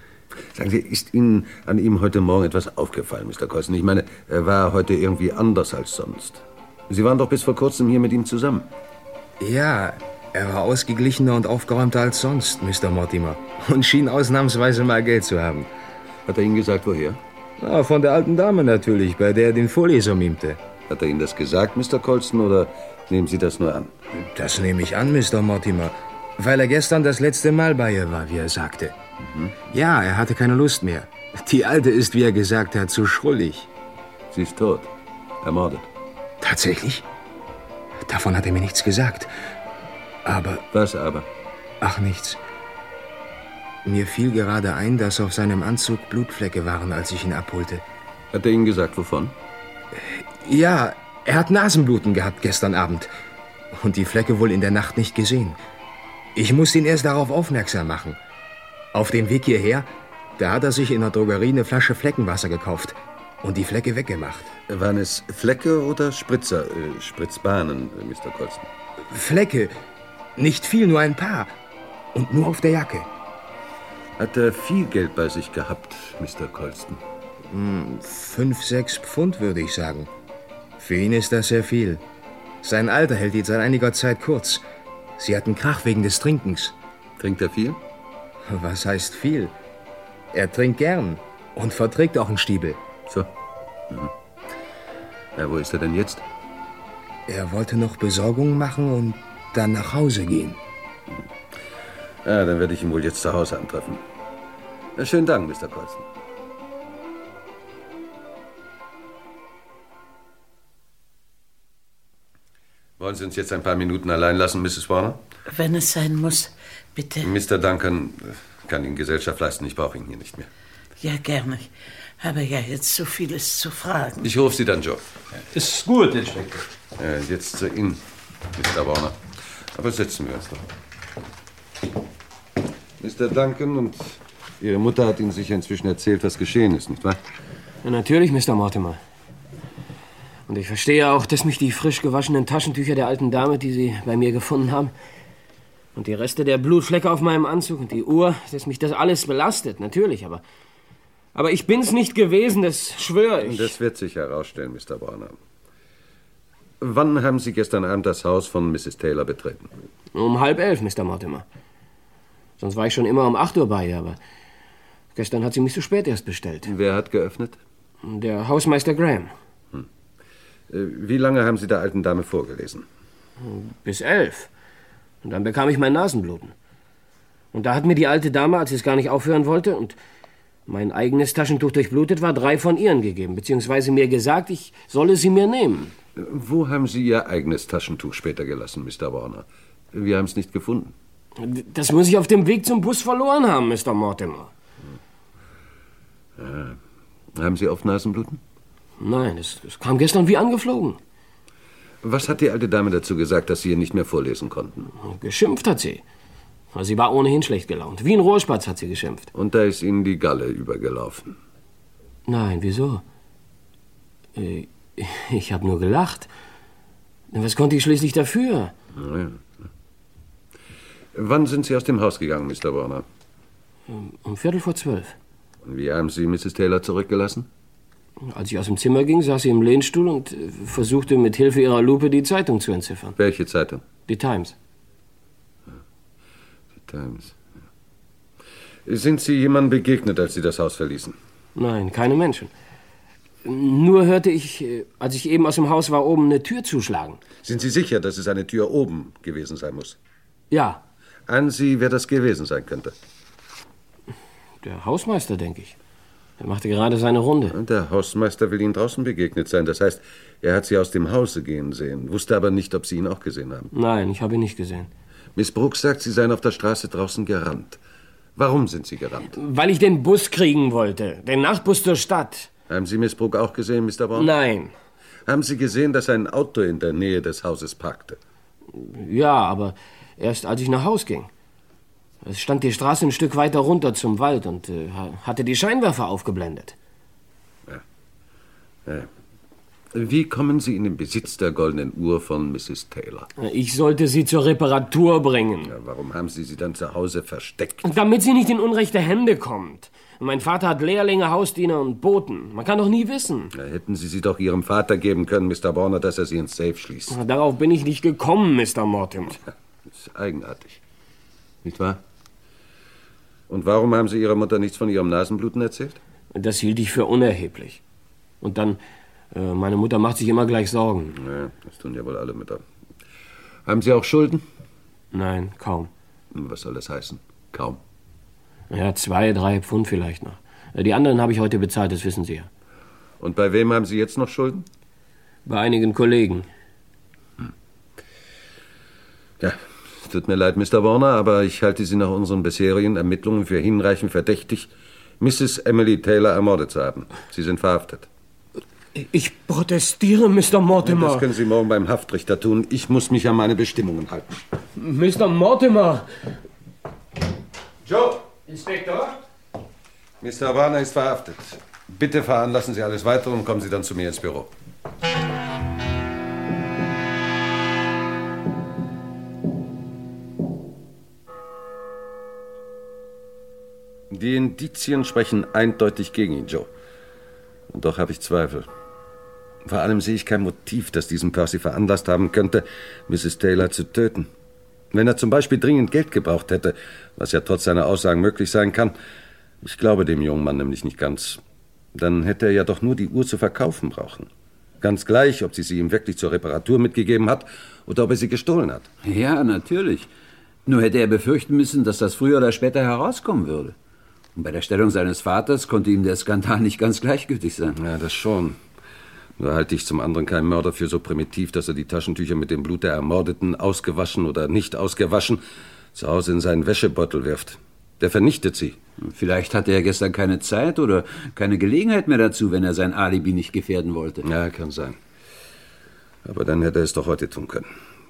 Speaker 4: Sagen Sie, ist Ihnen an ihm heute Morgen etwas aufgefallen, Mr. Colson? Ich meine, er war heute irgendwie anders als sonst. Sie waren doch bis vor kurzem hier mit ihm zusammen.
Speaker 12: Ja, er war ausgeglichener und aufgeräumter als sonst, Mr. Mortimer. Und schien ausnahmsweise mal Geld zu haben.
Speaker 4: Hat er Ihnen gesagt, woher?
Speaker 12: Na, von der alten Dame natürlich, bei der er den Vorleser mimte.
Speaker 4: Hat er Ihnen das gesagt, Mr. Colson, oder nehmen Sie das nur an?
Speaker 12: Das nehme ich an, Mr. Mortimer. Weil er gestern das letzte Mal bei ihr war, wie er sagte.
Speaker 4: Mhm.
Speaker 12: Ja, er hatte keine Lust mehr. Die Alte ist, wie er gesagt hat, zu schrullig.
Speaker 4: Sie ist tot. Ermordet.
Speaker 12: Tatsächlich? Davon hat er mir nichts gesagt. Aber.
Speaker 4: Was aber?
Speaker 12: Ach, nichts. Mir fiel gerade ein, dass auf seinem Anzug Blutflecke waren, als ich ihn abholte.
Speaker 4: Hat er Ihnen gesagt, wovon?
Speaker 12: Ja, er hat Nasenbluten gehabt gestern Abend. Und die Flecke wohl in der Nacht nicht gesehen. Ich musste ihn erst darauf aufmerksam machen. Auf dem Weg hierher, da hat er sich in der Drogerie eine Flasche Fleckenwasser gekauft und die Flecke weggemacht.
Speaker 4: Waren es Flecke oder Spritzer, äh, Spritzbahnen, äh, Mr. Colson?
Speaker 12: Flecke, nicht viel, nur ein paar. Und nur auf der Jacke.
Speaker 4: Hat er viel Geld bei sich gehabt, Mr. Colston?
Speaker 12: Hm, fünf, sechs Pfund, würde ich sagen. Für ihn ist das sehr viel. Sein Alter hält ihn seit einiger Zeit kurz. Sie hatten Krach wegen des Trinkens.
Speaker 4: Trinkt er viel?
Speaker 12: Was heißt viel? Er trinkt gern und verträgt auch einen Stiebel.
Speaker 4: So. Mhm. Ja, wo ist er denn jetzt?
Speaker 12: Er wollte noch Besorgungen machen und dann nach Hause gehen.
Speaker 4: Ja, dann werde ich ihn wohl jetzt zu Hause antreffen. Ja, schönen Dank, Mr. Colson. Wollen Sie uns jetzt ein paar Minuten allein lassen, Mrs. Warner?
Speaker 8: Wenn es sein muss, bitte.
Speaker 4: Mr. Duncan äh, kann Ihnen Gesellschaft leisten. Ich brauche ihn hier nicht mehr.
Speaker 8: Ja, gerne. Habe ja jetzt so vieles zu fragen.
Speaker 4: Ich rufe Sie dann, Joe.
Speaker 13: Ist gut, Inspektor.
Speaker 4: Äh, jetzt zu Ihnen, Mr. Warner. Aber setzen wir uns doch. Mr. Duncan und Ihre Mutter hat Ihnen sicher inzwischen erzählt, was geschehen ist, nicht wahr?
Speaker 3: Ja, natürlich, Mr. Mortimer. Und ich verstehe auch, dass mich die frisch gewaschenen Taschentücher der alten Dame, die Sie bei mir gefunden haben, und die Reste der Blutflecke auf meinem Anzug und die Uhr, dass mich das alles belastet, natürlich, aber. Aber ich bin's nicht gewesen, das schwöre ich.
Speaker 4: Das wird sich herausstellen, Mr. Warner. Wann haben Sie gestern Abend das Haus von Mrs. Taylor betreten?
Speaker 3: Um halb elf, Mr. Mortimer. Sonst war ich schon immer um acht Uhr bei ihr, aber gestern hat sie mich zu spät erst bestellt.
Speaker 4: Wer hat geöffnet?
Speaker 3: Der Hausmeister Graham.
Speaker 4: Äh, Wie lange haben Sie der alten Dame vorgelesen?
Speaker 3: Bis elf. Und dann bekam ich mein Nasenbluten. Und da hat mir die alte Dame, als sie es gar nicht aufhören wollte und mein eigenes Taschentuch durchblutet war, drei von ihren gegeben, beziehungsweise mir gesagt, ich solle sie mir nehmen.
Speaker 4: Äh, Wo haben Sie Ihr eigenes Taschentuch später gelassen, Mr. Warner? Wir haben es nicht gefunden.
Speaker 3: D- Das muss ich auf dem Weg zum Bus verloren haben, Mr. Mortimer.
Speaker 4: Äh, haben Sie oft Nasenbluten?
Speaker 3: Nein, es, es kam gestern wie angeflogen.
Speaker 4: Was hat die alte Dame dazu gesagt, dass Sie ihr nicht mehr vorlesen konnten?
Speaker 3: Geschimpft hat sie. Aber Sie war ohnehin schlecht gelaunt. Wie ein Rohrspatz hat sie geschimpft.
Speaker 4: Und da ist Ihnen die Galle übergelaufen.
Speaker 3: Nein, wieso? Äh, Ich habe nur gelacht. Was konnte ich schließlich dafür?
Speaker 4: Na ja. Wann sind Sie aus dem Haus gegangen, Mr. Warner?
Speaker 3: Um um Viertel vor zwölf.
Speaker 4: Und Wie haben Sie Mrs. Taylor zurückgelassen?
Speaker 3: Als ich aus dem Zimmer ging, saß sie im Lehnstuhl und äh, versuchte mit Hilfe ihrer Lupe die Zeitung zu entziffern.
Speaker 4: Welche Zeitung?
Speaker 3: Die Times.
Speaker 4: Die Times. Sind Sie jemandem begegnet, als Sie das Haus verließen?
Speaker 3: Nein, keine Menschen. Nur hörte ich, äh, als ich eben aus dem Haus war, oben eine Tür zuschlagen.
Speaker 4: Sind Sie sicher, dass es eine Tür oben gewesen sein muss?
Speaker 3: Ja.
Speaker 4: An Sie, wer das gewesen sein könnte.
Speaker 3: Der Hausmeister, denke ich. Er machte gerade seine Runde.
Speaker 4: Der Hausmeister will Ihnen draußen begegnet sein. Das heißt, er hat Sie aus dem Hause gehen sehen, wusste aber nicht, ob Sie ihn auch gesehen haben.
Speaker 3: Nein, ich habe ihn nicht gesehen.
Speaker 4: Miss Brooks sagt, Sie seien auf der Straße draußen gerannt. Warum sind Sie gerannt?
Speaker 3: Weil ich den Bus kriegen wollte. Den Nachtbus zur Stadt.
Speaker 4: Haben Sie Miss Brooks auch gesehen, Mr. Brown?
Speaker 3: Nein.
Speaker 4: Haben Sie gesehen, dass ein Auto in der Nähe des Hauses parkte?
Speaker 3: Ja, aber erst als ich nach Haus ging. Es stand die Straße ein Stück weiter runter zum Wald und äh, ha- hatte die Scheinwerfer aufgeblendet.
Speaker 4: Äh, Wie kommen Sie in den Besitz der goldenen Uhr von Mrs. Taylor?
Speaker 3: Ich sollte sie zur Reparatur bringen.
Speaker 4: Ja, warum haben Sie sie dann zu Hause versteckt?
Speaker 3: Und damit sie nicht in unrechte Hände kommt. Und mein Vater hat Lehrlinge, Hausdiener und Boten. Man kann doch nie wissen.
Speaker 4: Na, hätten Sie sie doch Ihrem Vater geben können, Mr. Warner, dass er sie ins Safe schließt.
Speaker 3: Darauf bin ich nicht gekommen, Mr. Mortimer.
Speaker 4: Das ist eigenartig. Nicht wahr? Und warum haben Sie Ihrer Mutter nichts von Ihrem Nasenbluten erzählt?
Speaker 3: Das hielt ich für unerheblich. Und dann, äh, meine Mutter macht sich immer gleich Sorgen.
Speaker 4: Ja, das tun ja wohl alle Mütter. Haben Sie auch Schulden?
Speaker 3: Nein, kaum.
Speaker 4: Was soll das heißen? Kaum.
Speaker 3: Ja, zwei, drei Pfund vielleicht noch. Äh, Die anderen habe ich heute bezahlt, das wissen Sie ja.
Speaker 4: Und bei wem haben Sie jetzt noch Schulden?
Speaker 3: Bei einigen Kollegen.
Speaker 4: Ja, es tut mir leid, Mr. Warner, aber ich halte Sie nach unseren bisherigen Ermittlungen für hinreichend verdächtig, Mrs. Emily Taylor ermordet zu haben. Sie sind verhaftet.
Speaker 3: Ich protestiere, Mr. Mortimer.
Speaker 4: Das können Sie morgen beim Haftrichter tun. Ich muss mich an meine Bestimmungen halten.
Speaker 3: Mr. Mortimer!
Speaker 4: Joe!
Speaker 3: Inspektor?
Speaker 4: Mr. Warner ist verhaftet. Bitte veranlassen Sie alles Weitere und kommen Sie dann zu mir ins Büro. Die Indizien sprechen eindeutig gegen ihn, Joe. Und doch habe ich Zweifel. Vor allem sehe ich kein Motiv, das diesen Percy veranlasst haben könnte, Mrs. Taylor zu töten. Wenn er zum Beispiel dringend Geld gebraucht hätte, was ja trotz seiner Aussagen möglich sein kann, ich glaube dem jungen Mann nämlich nicht ganz, dann hätte er ja doch nur die Uhr zu verkaufen brauchen. Ganz gleich, ob sie sie ihm wirklich zur Reparatur mitgegeben hat oder ob er sie gestohlen hat.
Speaker 2: Ja, natürlich. Nur hätte er befürchten müssen, dass das früher oder später herauskommen würde. Und bei der Stellung seines Vaters konnte ihm der Skandal nicht ganz gleichgültig sein.
Speaker 4: Ja, das schon. Nur halte ich zum anderen keinen Mörder für so primitiv, dass er die Taschentücher mit dem Blut der Ermordeten ausgewaschen oder nicht ausgewaschen zu Hause in seinen Wäschebeutel wirft. Der vernichtet sie.
Speaker 2: Vielleicht hatte er gestern keine Zeit oder keine Gelegenheit mehr dazu, wenn er sein Alibi nicht gefährden wollte.
Speaker 4: Ja, kann sein. Aber dann hätte er es doch heute tun können.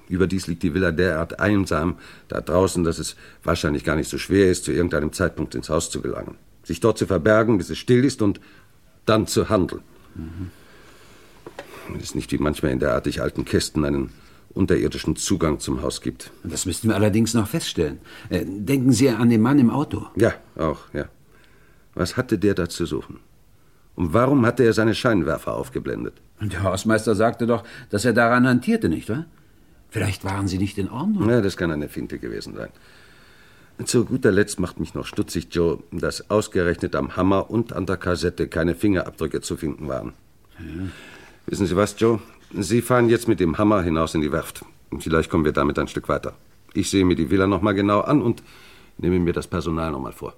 Speaker 4: Überdies liegt die Villa derart einsam da draußen, dass es wahrscheinlich gar nicht so schwer ist, zu irgendeinem Zeitpunkt ins Haus zu gelangen. Sich dort zu verbergen, bis es still ist und dann zu handeln. Es ist nicht wie manchmal in derartig alten Kästen einen unterirdischen Zugang zum Haus gibt.
Speaker 2: Das müssten wir allerdings noch feststellen. Äh, denken Sie an den Mann im Auto.
Speaker 4: Ja, auch, ja. Was hatte der da zu suchen? Und warum hatte er seine Scheinwerfer aufgeblendet?
Speaker 2: Der Hausmeister sagte doch, dass er daran hantierte, nicht wahr? Vielleicht waren sie nicht in Ordnung.
Speaker 4: Ja, das kann eine Finte gewesen sein. Zu guter Letzt macht mich noch stutzig, Joe, dass ausgerechnet am Hammer und an der Kassette keine Fingerabdrücke zu finden waren. Wissen Sie was, Joe? Sie fahren jetzt mit dem Hammer hinaus in die Werft. Vielleicht kommen wir damit ein Stück weiter. Ich sehe mir die Villa noch mal genau an und nehme mir das Personal noch mal vor.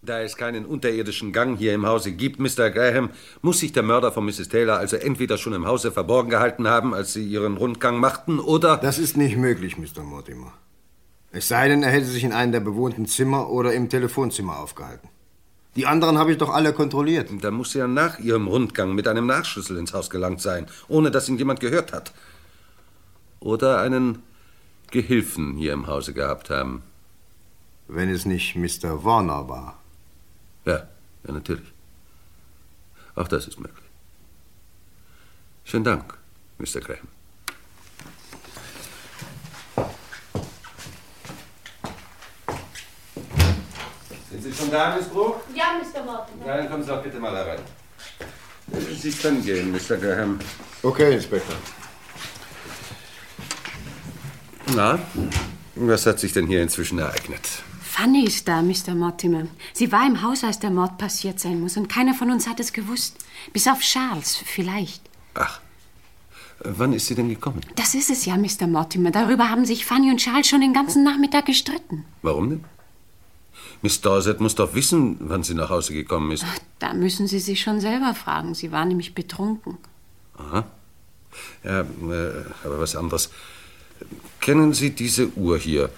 Speaker 4: Da es keinen unterirdischen Gang hier im Hause gibt, Mr. Graham, muss sich der Mörder von Mrs. Taylor also entweder schon im Hause verborgen gehalten haben, als sie ihren Rundgang machten, oder...
Speaker 10: Das ist nicht möglich, Mr. Mortimer. Es sei denn, er hätte sich in einem der bewohnten Zimmer oder im Telefonzimmer aufgehalten. Die anderen habe ich doch alle kontrolliert.
Speaker 4: Da muss er nach ihrem Rundgang mit einem Nachschlüssel ins Haus gelangt sein, ohne dass ihn jemand gehört hat. Oder einen Gehilfen hier im Hause gehabt haben.
Speaker 10: Wenn es nicht Mr. Warner war.
Speaker 4: Ja, ja natürlich. Auch das ist möglich. Schönen Dank, Mr. Graham. Sind Sie schon da, Miss Brooke?
Speaker 7: Ja, Mr. Mortimer.
Speaker 4: Ja, dann kommen Sie doch bitte mal herein. Sie können gehen, Mr. Graham.
Speaker 10: Okay, Inspektor.
Speaker 4: Na, was hat sich denn hier inzwischen ereignet?
Speaker 9: Fanny ist da, Mr. Mortimer. Sie war im Haus, als der Mord passiert sein muss, und keiner von uns hat es gewusst. Bis auf Charles, vielleicht.
Speaker 4: Wann ist sie denn gekommen?
Speaker 9: Das ist es ja, Mr. Mortimer. Darüber haben sich Fanny und Charles schon den ganzen Nachmittag gestritten.
Speaker 4: Warum denn? Miss Dorset muss doch wissen, wann sie nach Hause gekommen ist.
Speaker 9: Da müssen Sie sich schon selber fragen. Sie war nämlich betrunken.
Speaker 4: Aha. Ja, äh, aber was anderes. Kennen Sie diese Uhr hier,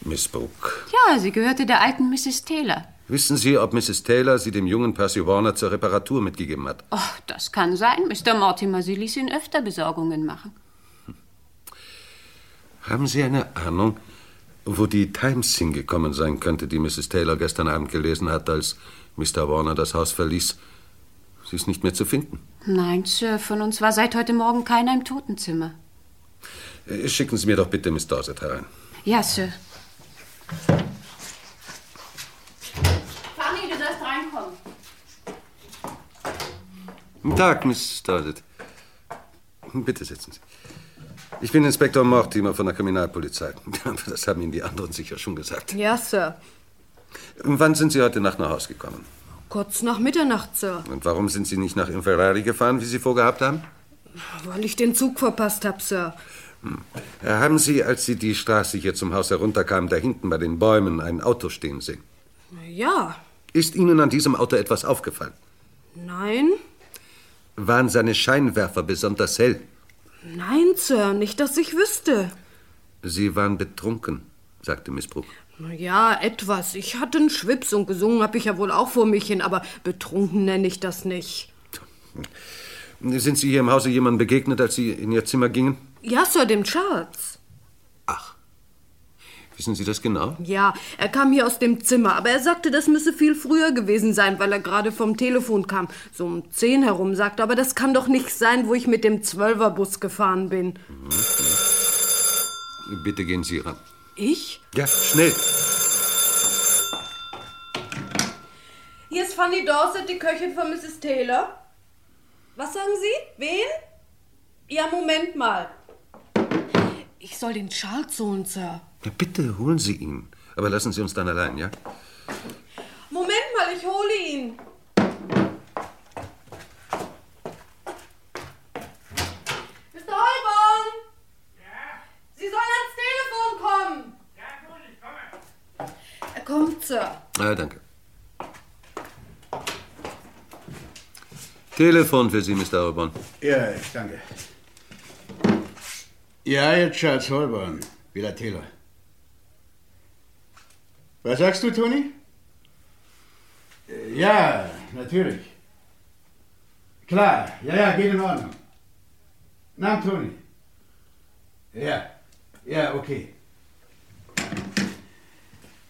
Speaker 4: Miss Brooke?
Speaker 9: Ja, sie gehörte der alten Mrs. Taylor.
Speaker 4: Wissen Sie, ob Mrs. Taylor sie dem jungen Percy Warner zur Reparatur mitgegeben hat?
Speaker 9: Oh, das kann sein, Mr. Mortimer. Sie ließ ihn öfter Besorgungen machen.
Speaker 4: Haben Sie eine Ahnung, wo die Times hingekommen sein könnte, die Mrs. Taylor gestern Abend gelesen hat, als Mr. Warner das Haus verließ? Sie ist nicht mehr zu finden.
Speaker 9: Nein, Sir, von uns war seit heute Morgen keiner im Totenzimmer.
Speaker 4: Äh, Schicken Sie mir doch bitte Miss Dorset herein.
Speaker 9: Ja, Sir.
Speaker 7: Fanny, du sollst reinkommen.
Speaker 4: Guten Tag, Miss Dorset. Bitte setzen Sie. Ich bin Inspektor Mortimer von der Kriminalpolizei. Aber Das haben Ihnen die anderen sicher schon gesagt.
Speaker 14: Ja, Sir.
Speaker 4: Wann sind Sie heute Nacht nach Hause gekommen?
Speaker 14: Kurz nach Mitternacht, Sir.
Speaker 4: Und warum sind Sie nicht nach Inferrari gefahren, wie Sie vorgehabt haben?
Speaker 14: Weil ich den Zug verpasst hab, Sir.
Speaker 4: Äh, Haben Sie, als Sie die Straße hier zum Haus herunterkamen, da hinten bei den Bäumen ein Auto stehen sehen?
Speaker 14: Ja.
Speaker 4: Ist Ihnen an diesem Auto etwas aufgefallen?
Speaker 14: Nein.
Speaker 4: Waren seine Scheinwerfer besonders hell?
Speaker 14: Nein, Sir. Nicht, dass ich wüsste.
Speaker 4: Sie waren betrunken, sagte Miss Brooke.
Speaker 14: Ja, etwas. Ich hatte einen Schwips und gesungen hab ich ja wohl auch vor mich hin, aber betrunken nenne ich das nicht.
Speaker 4: Sind Sie hier im Hause jemandem begegnet, als Sie in Ihr Zimmer gingen?
Speaker 14: Ja, Sir, dem Charles.
Speaker 4: Wissen Sie das genau?
Speaker 14: Ja, er kam hier aus dem Zimmer, aber er sagte, das müsse viel früher gewesen sein, weil er gerade vom Telefon kam. So um 10 herum sagte, aber das kann doch nicht sein, wo ich mit dem Zwölferbus gefahren bin.
Speaker 4: Bitte gehen Sie ran.
Speaker 14: Ich?
Speaker 4: Ja, schnell.
Speaker 7: Hier ist Fanny Dorset, die Köchin von Mrs. Taylor. Was sagen Sie? Wen? Ja, Moment mal.
Speaker 14: Ich soll den Charles holen, Sir.
Speaker 4: Ja, bitte holen Sie ihn. Aber lassen Sie uns dann allein, ja?
Speaker 7: Moment mal, ich hole ihn. Mr. Holborn! Sie sollen ans Telefon kommen!
Speaker 14: Er kommt, Sir.
Speaker 4: Ah, danke. Telefon für Sie, Mr. Auburn.
Speaker 6: Ja, ich danke. Ja, jetzt Charles Holborn, wieder Taylor. Was sagst du, Toni? Äh, Ja, natürlich. Klar, ja, ja, geht in Ordnung. Na, Toni. Ja, ja, okay.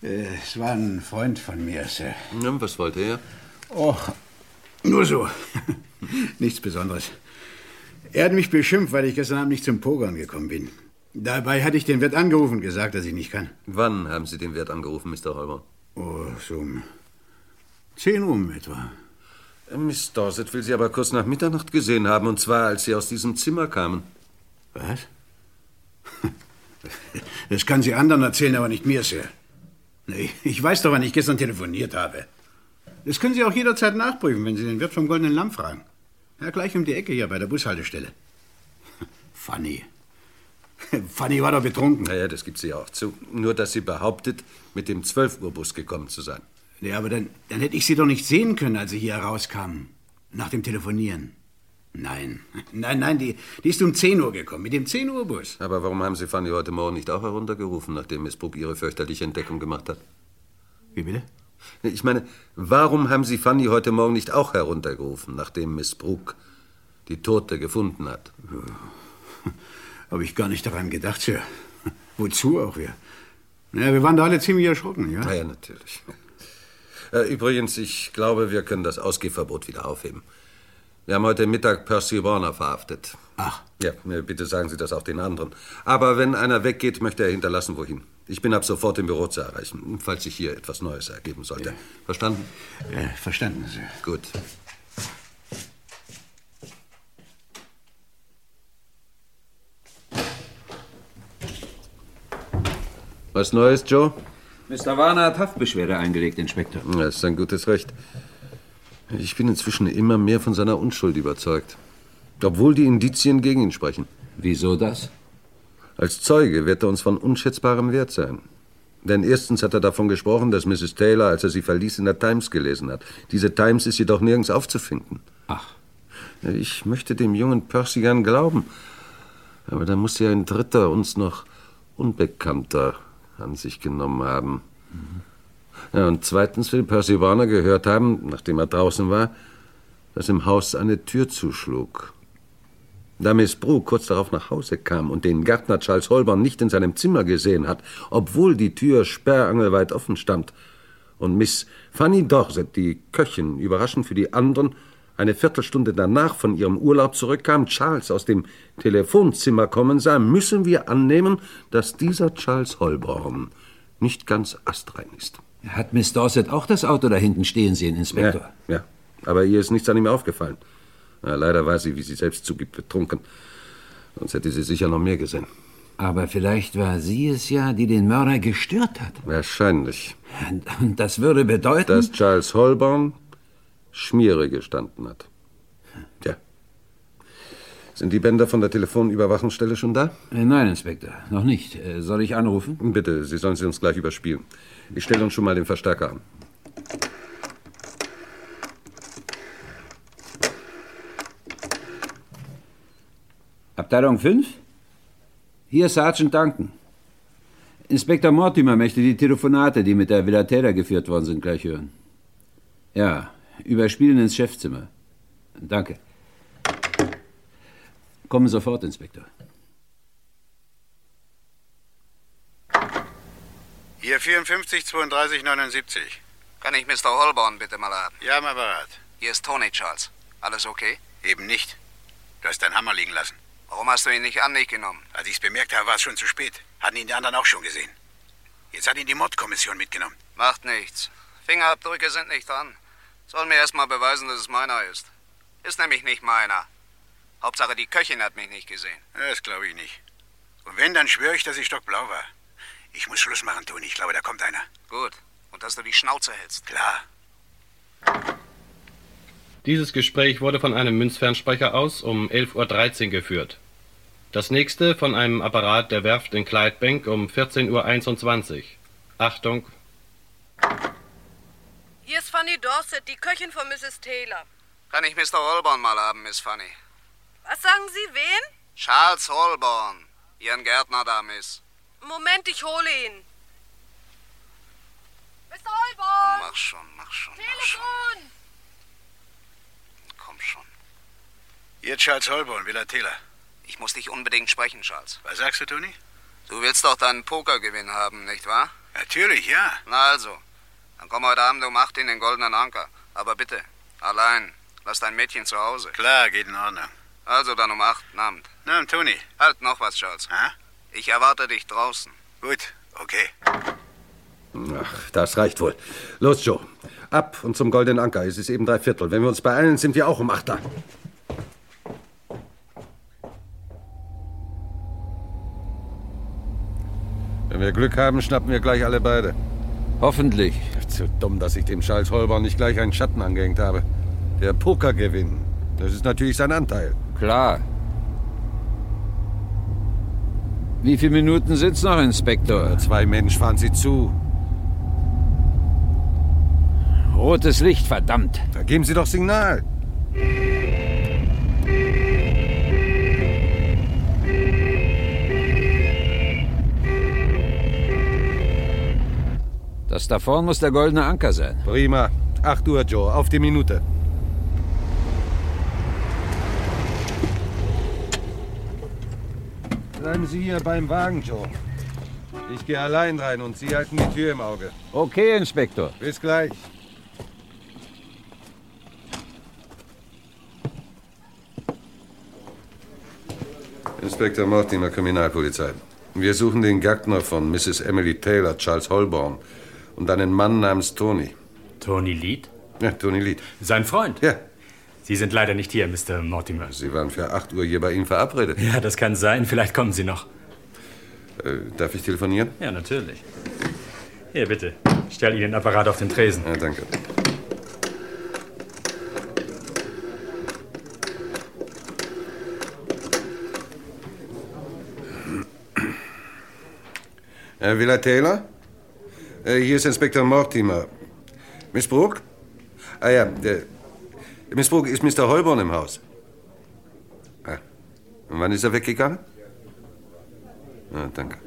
Speaker 6: Äh, Es war ein Freund von mir, Sir.
Speaker 4: Ja, was wollte er?
Speaker 6: Oh, nur so. Nichts Besonderes. Er hat mich beschimpft, weil ich gestern Abend nicht zum Pokern gekommen bin. Dabei hatte ich den Wirt angerufen und gesagt, dass ich nicht kann.
Speaker 4: Wann haben Sie den Wert angerufen, Mr. Holborn?
Speaker 6: Oh, so um 10
Speaker 4: um
Speaker 6: Uhr etwa.
Speaker 4: Äh, Miss Dorset will Sie aber kurz nach Mitternacht gesehen haben, und zwar als Sie aus diesem Zimmer kamen.
Speaker 6: Was? Das kann sie anderen erzählen, aber nicht mir, Sir. Nee, ich weiß doch, wann ich gestern telefoniert habe. Das können Sie auch jederzeit nachprüfen, wenn Sie den Wirt vom Goldenen Lamm fragen. Ja, gleich um die Ecke hier bei der Bushaltestelle. Fanny. Fanny war doch betrunken.
Speaker 4: Naja, das gibt sie ja auch zu. Nur, dass sie behauptet, mit dem 12-Uhr-Bus gekommen zu sein.
Speaker 6: Ja, aber dann, dann hätte ich Sie doch nicht sehen können, als Sie hier herauskamen. Nach dem Telefonieren. Nein, nein, nein, die, die ist um 10 Uhr gekommen, mit dem 10 Uhr Bus.
Speaker 4: Aber warum haben Sie Fanny heute Morgen nicht auch heruntergerufen, nachdem Miss Brooke Ihre fürchterliche Entdeckung gemacht hat?
Speaker 6: Wie bitte?
Speaker 4: Ich meine, warum haben Sie Fanny heute Morgen nicht auch heruntergerufen, nachdem Miss Brooke die Tote gefunden hat?
Speaker 6: Hm. Habe ich gar nicht daran gedacht, Sir. Wozu auch wir? Naja, wir waren da alle ziemlich erschrocken, ja?
Speaker 4: Naja, natürlich. Äh, Übrigens, ich glaube, wir können das Ausgehverbot wieder aufheben. Wir haben heute Mittag Percy Warner verhaftet.
Speaker 6: Ach.
Speaker 4: Ja, äh, bitte sagen Sie das auch den anderen. Aber wenn einer weggeht, möchte er hinterlassen, wohin. Ich bin ab sofort im Büro zu erreichen, falls sich hier etwas Neues ergeben sollte. Verstanden?
Speaker 6: Ja, Äh, verstanden, Sir.
Speaker 4: Gut. Was Neues, Joe?
Speaker 2: Mr. Warner hat Haftbeschwerde eingelegt, Inspektor.
Speaker 4: Das ist sein gutes Recht. Ich bin inzwischen immer mehr von seiner Unschuld überzeugt. Obwohl die Indizien gegen ihn sprechen.
Speaker 2: Wieso das?
Speaker 4: Als Zeuge wird er uns von unschätzbarem Wert sein. Denn erstens hat er davon gesprochen, dass Mrs. Taylor, als er sie verließ, in der Times gelesen hat. Diese Times ist jedoch nirgends aufzufinden.
Speaker 2: Ach.
Speaker 4: Ich möchte dem jungen Percy gern glauben. Aber da muss ja ein Dritter, uns noch Unbekannter, an sich genommen haben. Ja, und zweitens will Percy Warner gehört haben, nachdem er draußen war, dass im Haus eine Tür zuschlug. Da Miss Brew kurz darauf nach Hause kam und den Gärtner Charles Holborn nicht in seinem Zimmer gesehen hat, obwohl die Tür sperrangelweit offen stand, und Miss Fanny Dorset, die Köchin, überraschend für die anderen, eine Viertelstunde danach von ihrem Urlaub zurückkam, Charles aus dem Telefonzimmer kommen sah, müssen wir annehmen, dass dieser Charles Holborn nicht ganz astrein ist.
Speaker 2: Hat Miss Dorset auch das Auto da hinten stehen sehen, Inspektor?
Speaker 4: Ja, ja. aber ihr ist nichts an ihm aufgefallen. Na, leider war sie, wie sie selbst zugibt, betrunken. Sonst hätte sie sicher noch mehr gesehen.
Speaker 2: Aber vielleicht war sie es ja, die den Mörder gestört hat.
Speaker 4: Wahrscheinlich.
Speaker 2: Und das würde bedeuten.
Speaker 4: Dass Charles Holborn Schmiere gestanden hat. Tja. Sind die Bänder von der Telefonüberwachungsstelle schon da?
Speaker 2: Äh, Nein, Inspektor, noch nicht. Äh, Soll ich anrufen?
Speaker 4: Bitte, Sie sollen sie uns gleich überspielen. Ich stelle uns schon mal den Verstärker an.
Speaker 2: Abteilung 5? Hier Sergeant Duncan. Inspektor Mortimer möchte die Telefonate, die mit der Villa Taylor geführt worden sind, gleich hören. Ja, überspielen ins Chefzimmer. Danke. Kommen sofort, Inspektor.
Speaker 6: Hier 54 32 79.
Speaker 15: Kann ich Mr. Holborn bitte mal haben?
Speaker 6: Ja, mein Berat.
Speaker 15: Hier ist Tony Charles. Alles okay?
Speaker 6: Eben nicht. Du hast deinen Hammer liegen lassen.
Speaker 15: Warum hast du ihn nicht an dich genommen?
Speaker 6: Als ich es bemerkt habe, war es schon zu spät. Hatten ihn die anderen auch schon gesehen. Jetzt hat ihn die Mordkommission mitgenommen.
Speaker 15: Macht nichts. Fingerabdrücke sind nicht dran. Soll mir erst mal beweisen, dass es meiner ist. Ist nämlich nicht meiner. Hauptsache, die Köchin hat mich nicht gesehen.
Speaker 6: Das glaube ich nicht. Und wenn, dann schwöre ich, dass ich stockblau war. Ich muss Schluss machen, Toni. Ich glaube, da kommt einer.
Speaker 15: Gut. Und dass du die Schnauze hältst.
Speaker 6: Klar.
Speaker 16: Dieses Gespräch wurde von einem Münzfernsprecher aus um 11.13 Uhr geführt. Das nächste von einem Apparat der Werft in Clydebank um 14.21 Uhr. Achtung,
Speaker 7: Hier ist Fanny Dorset, die Köchin von Mrs. Taylor.
Speaker 15: Kann ich Mr. Holborn mal haben, Miss Fanny?
Speaker 7: Was sagen Sie, wen?
Speaker 15: Charles Holborn. Ihren Gärtner da, Miss.
Speaker 7: Moment, ich hole ihn. Mr. Holborn!
Speaker 15: Mach schon, mach schon.
Speaker 7: Telefon!
Speaker 15: Komm schon.
Speaker 6: Hier Charles Holborn, Villa Taylor.
Speaker 15: Ich muss dich unbedingt sprechen, Charles.
Speaker 6: Was sagst du, Toni?
Speaker 15: Du willst doch deinen Pokergewinn haben, nicht wahr?
Speaker 6: Natürlich, ja.
Speaker 15: Na also. Dann komm heute Abend um 8 in den Goldenen Anker. Aber bitte, allein. Lass dein Mädchen zu Hause.
Speaker 6: Klar, geht in Ordnung.
Speaker 15: Also dann um 8 am Abend.
Speaker 6: Na, Toni.
Speaker 15: Halt noch was, Charles. Ich erwarte dich draußen.
Speaker 6: Gut, okay.
Speaker 4: Ach, das reicht wohl. Los, Joe. Ab und zum Goldenen Anker. Es ist eben drei Viertel. Wenn wir uns beeilen, sind wir auch um acht da. Wenn wir Glück haben, schnappen wir gleich alle beide.
Speaker 2: Hoffentlich.
Speaker 4: Zu dumm, dass ich dem Charles Holborn nicht gleich einen Schatten angehängt habe. Der Pokergewinn, das ist natürlich sein Anteil.
Speaker 2: Klar. Wie viele Minuten sind's noch, Inspektor?
Speaker 4: Zwei Mensch fahren Sie zu.
Speaker 2: Rotes Licht, verdammt.
Speaker 4: Da geben Sie doch Signal.
Speaker 2: Das da vorn muss der goldene Anker sein.
Speaker 4: Prima. 8 Uhr, Joe. Auf die Minute. Bleiben Sie hier beim Wagen, Joe. Ich gehe allein rein und Sie halten die Tür im Auge.
Speaker 2: Okay, Inspektor.
Speaker 4: Bis gleich. Inspektor Mortimer, Kriminalpolizei. Wir suchen den Gärtner von Mrs. Emily Taylor, Charles Holborn, und einen Mann namens Tony.
Speaker 17: Tony Lied?
Speaker 4: Ja, Tony Lied.
Speaker 17: Sein Freund?
Speaker 4: Ja.
Speaker 17: Sie sind leider nicht hier, Mr. Mortimer.
Speaker 4: Sie waren für 8 Uhr hier bei Ihnen verabredet.
Speaker 17: Ja, das kann sein. Vielleicht kommen Sie noch.
Speaker 4: Äh, darf ich telefonieren?
Speaker 17: Ja, natürlich. Hier, bitte. Ich stell Ihnen den Apparat auf den Tresen. Ja, danke.
Speaker 4: Äh, Villa Taylor? Äh, hier ist Inspektor Mortimer. Miss Brooke? Ah ja, äh, Miss Brooke, ist Mr. Holborn im Haus? Ah. Und wann ist er weggegangen? Ah, danke.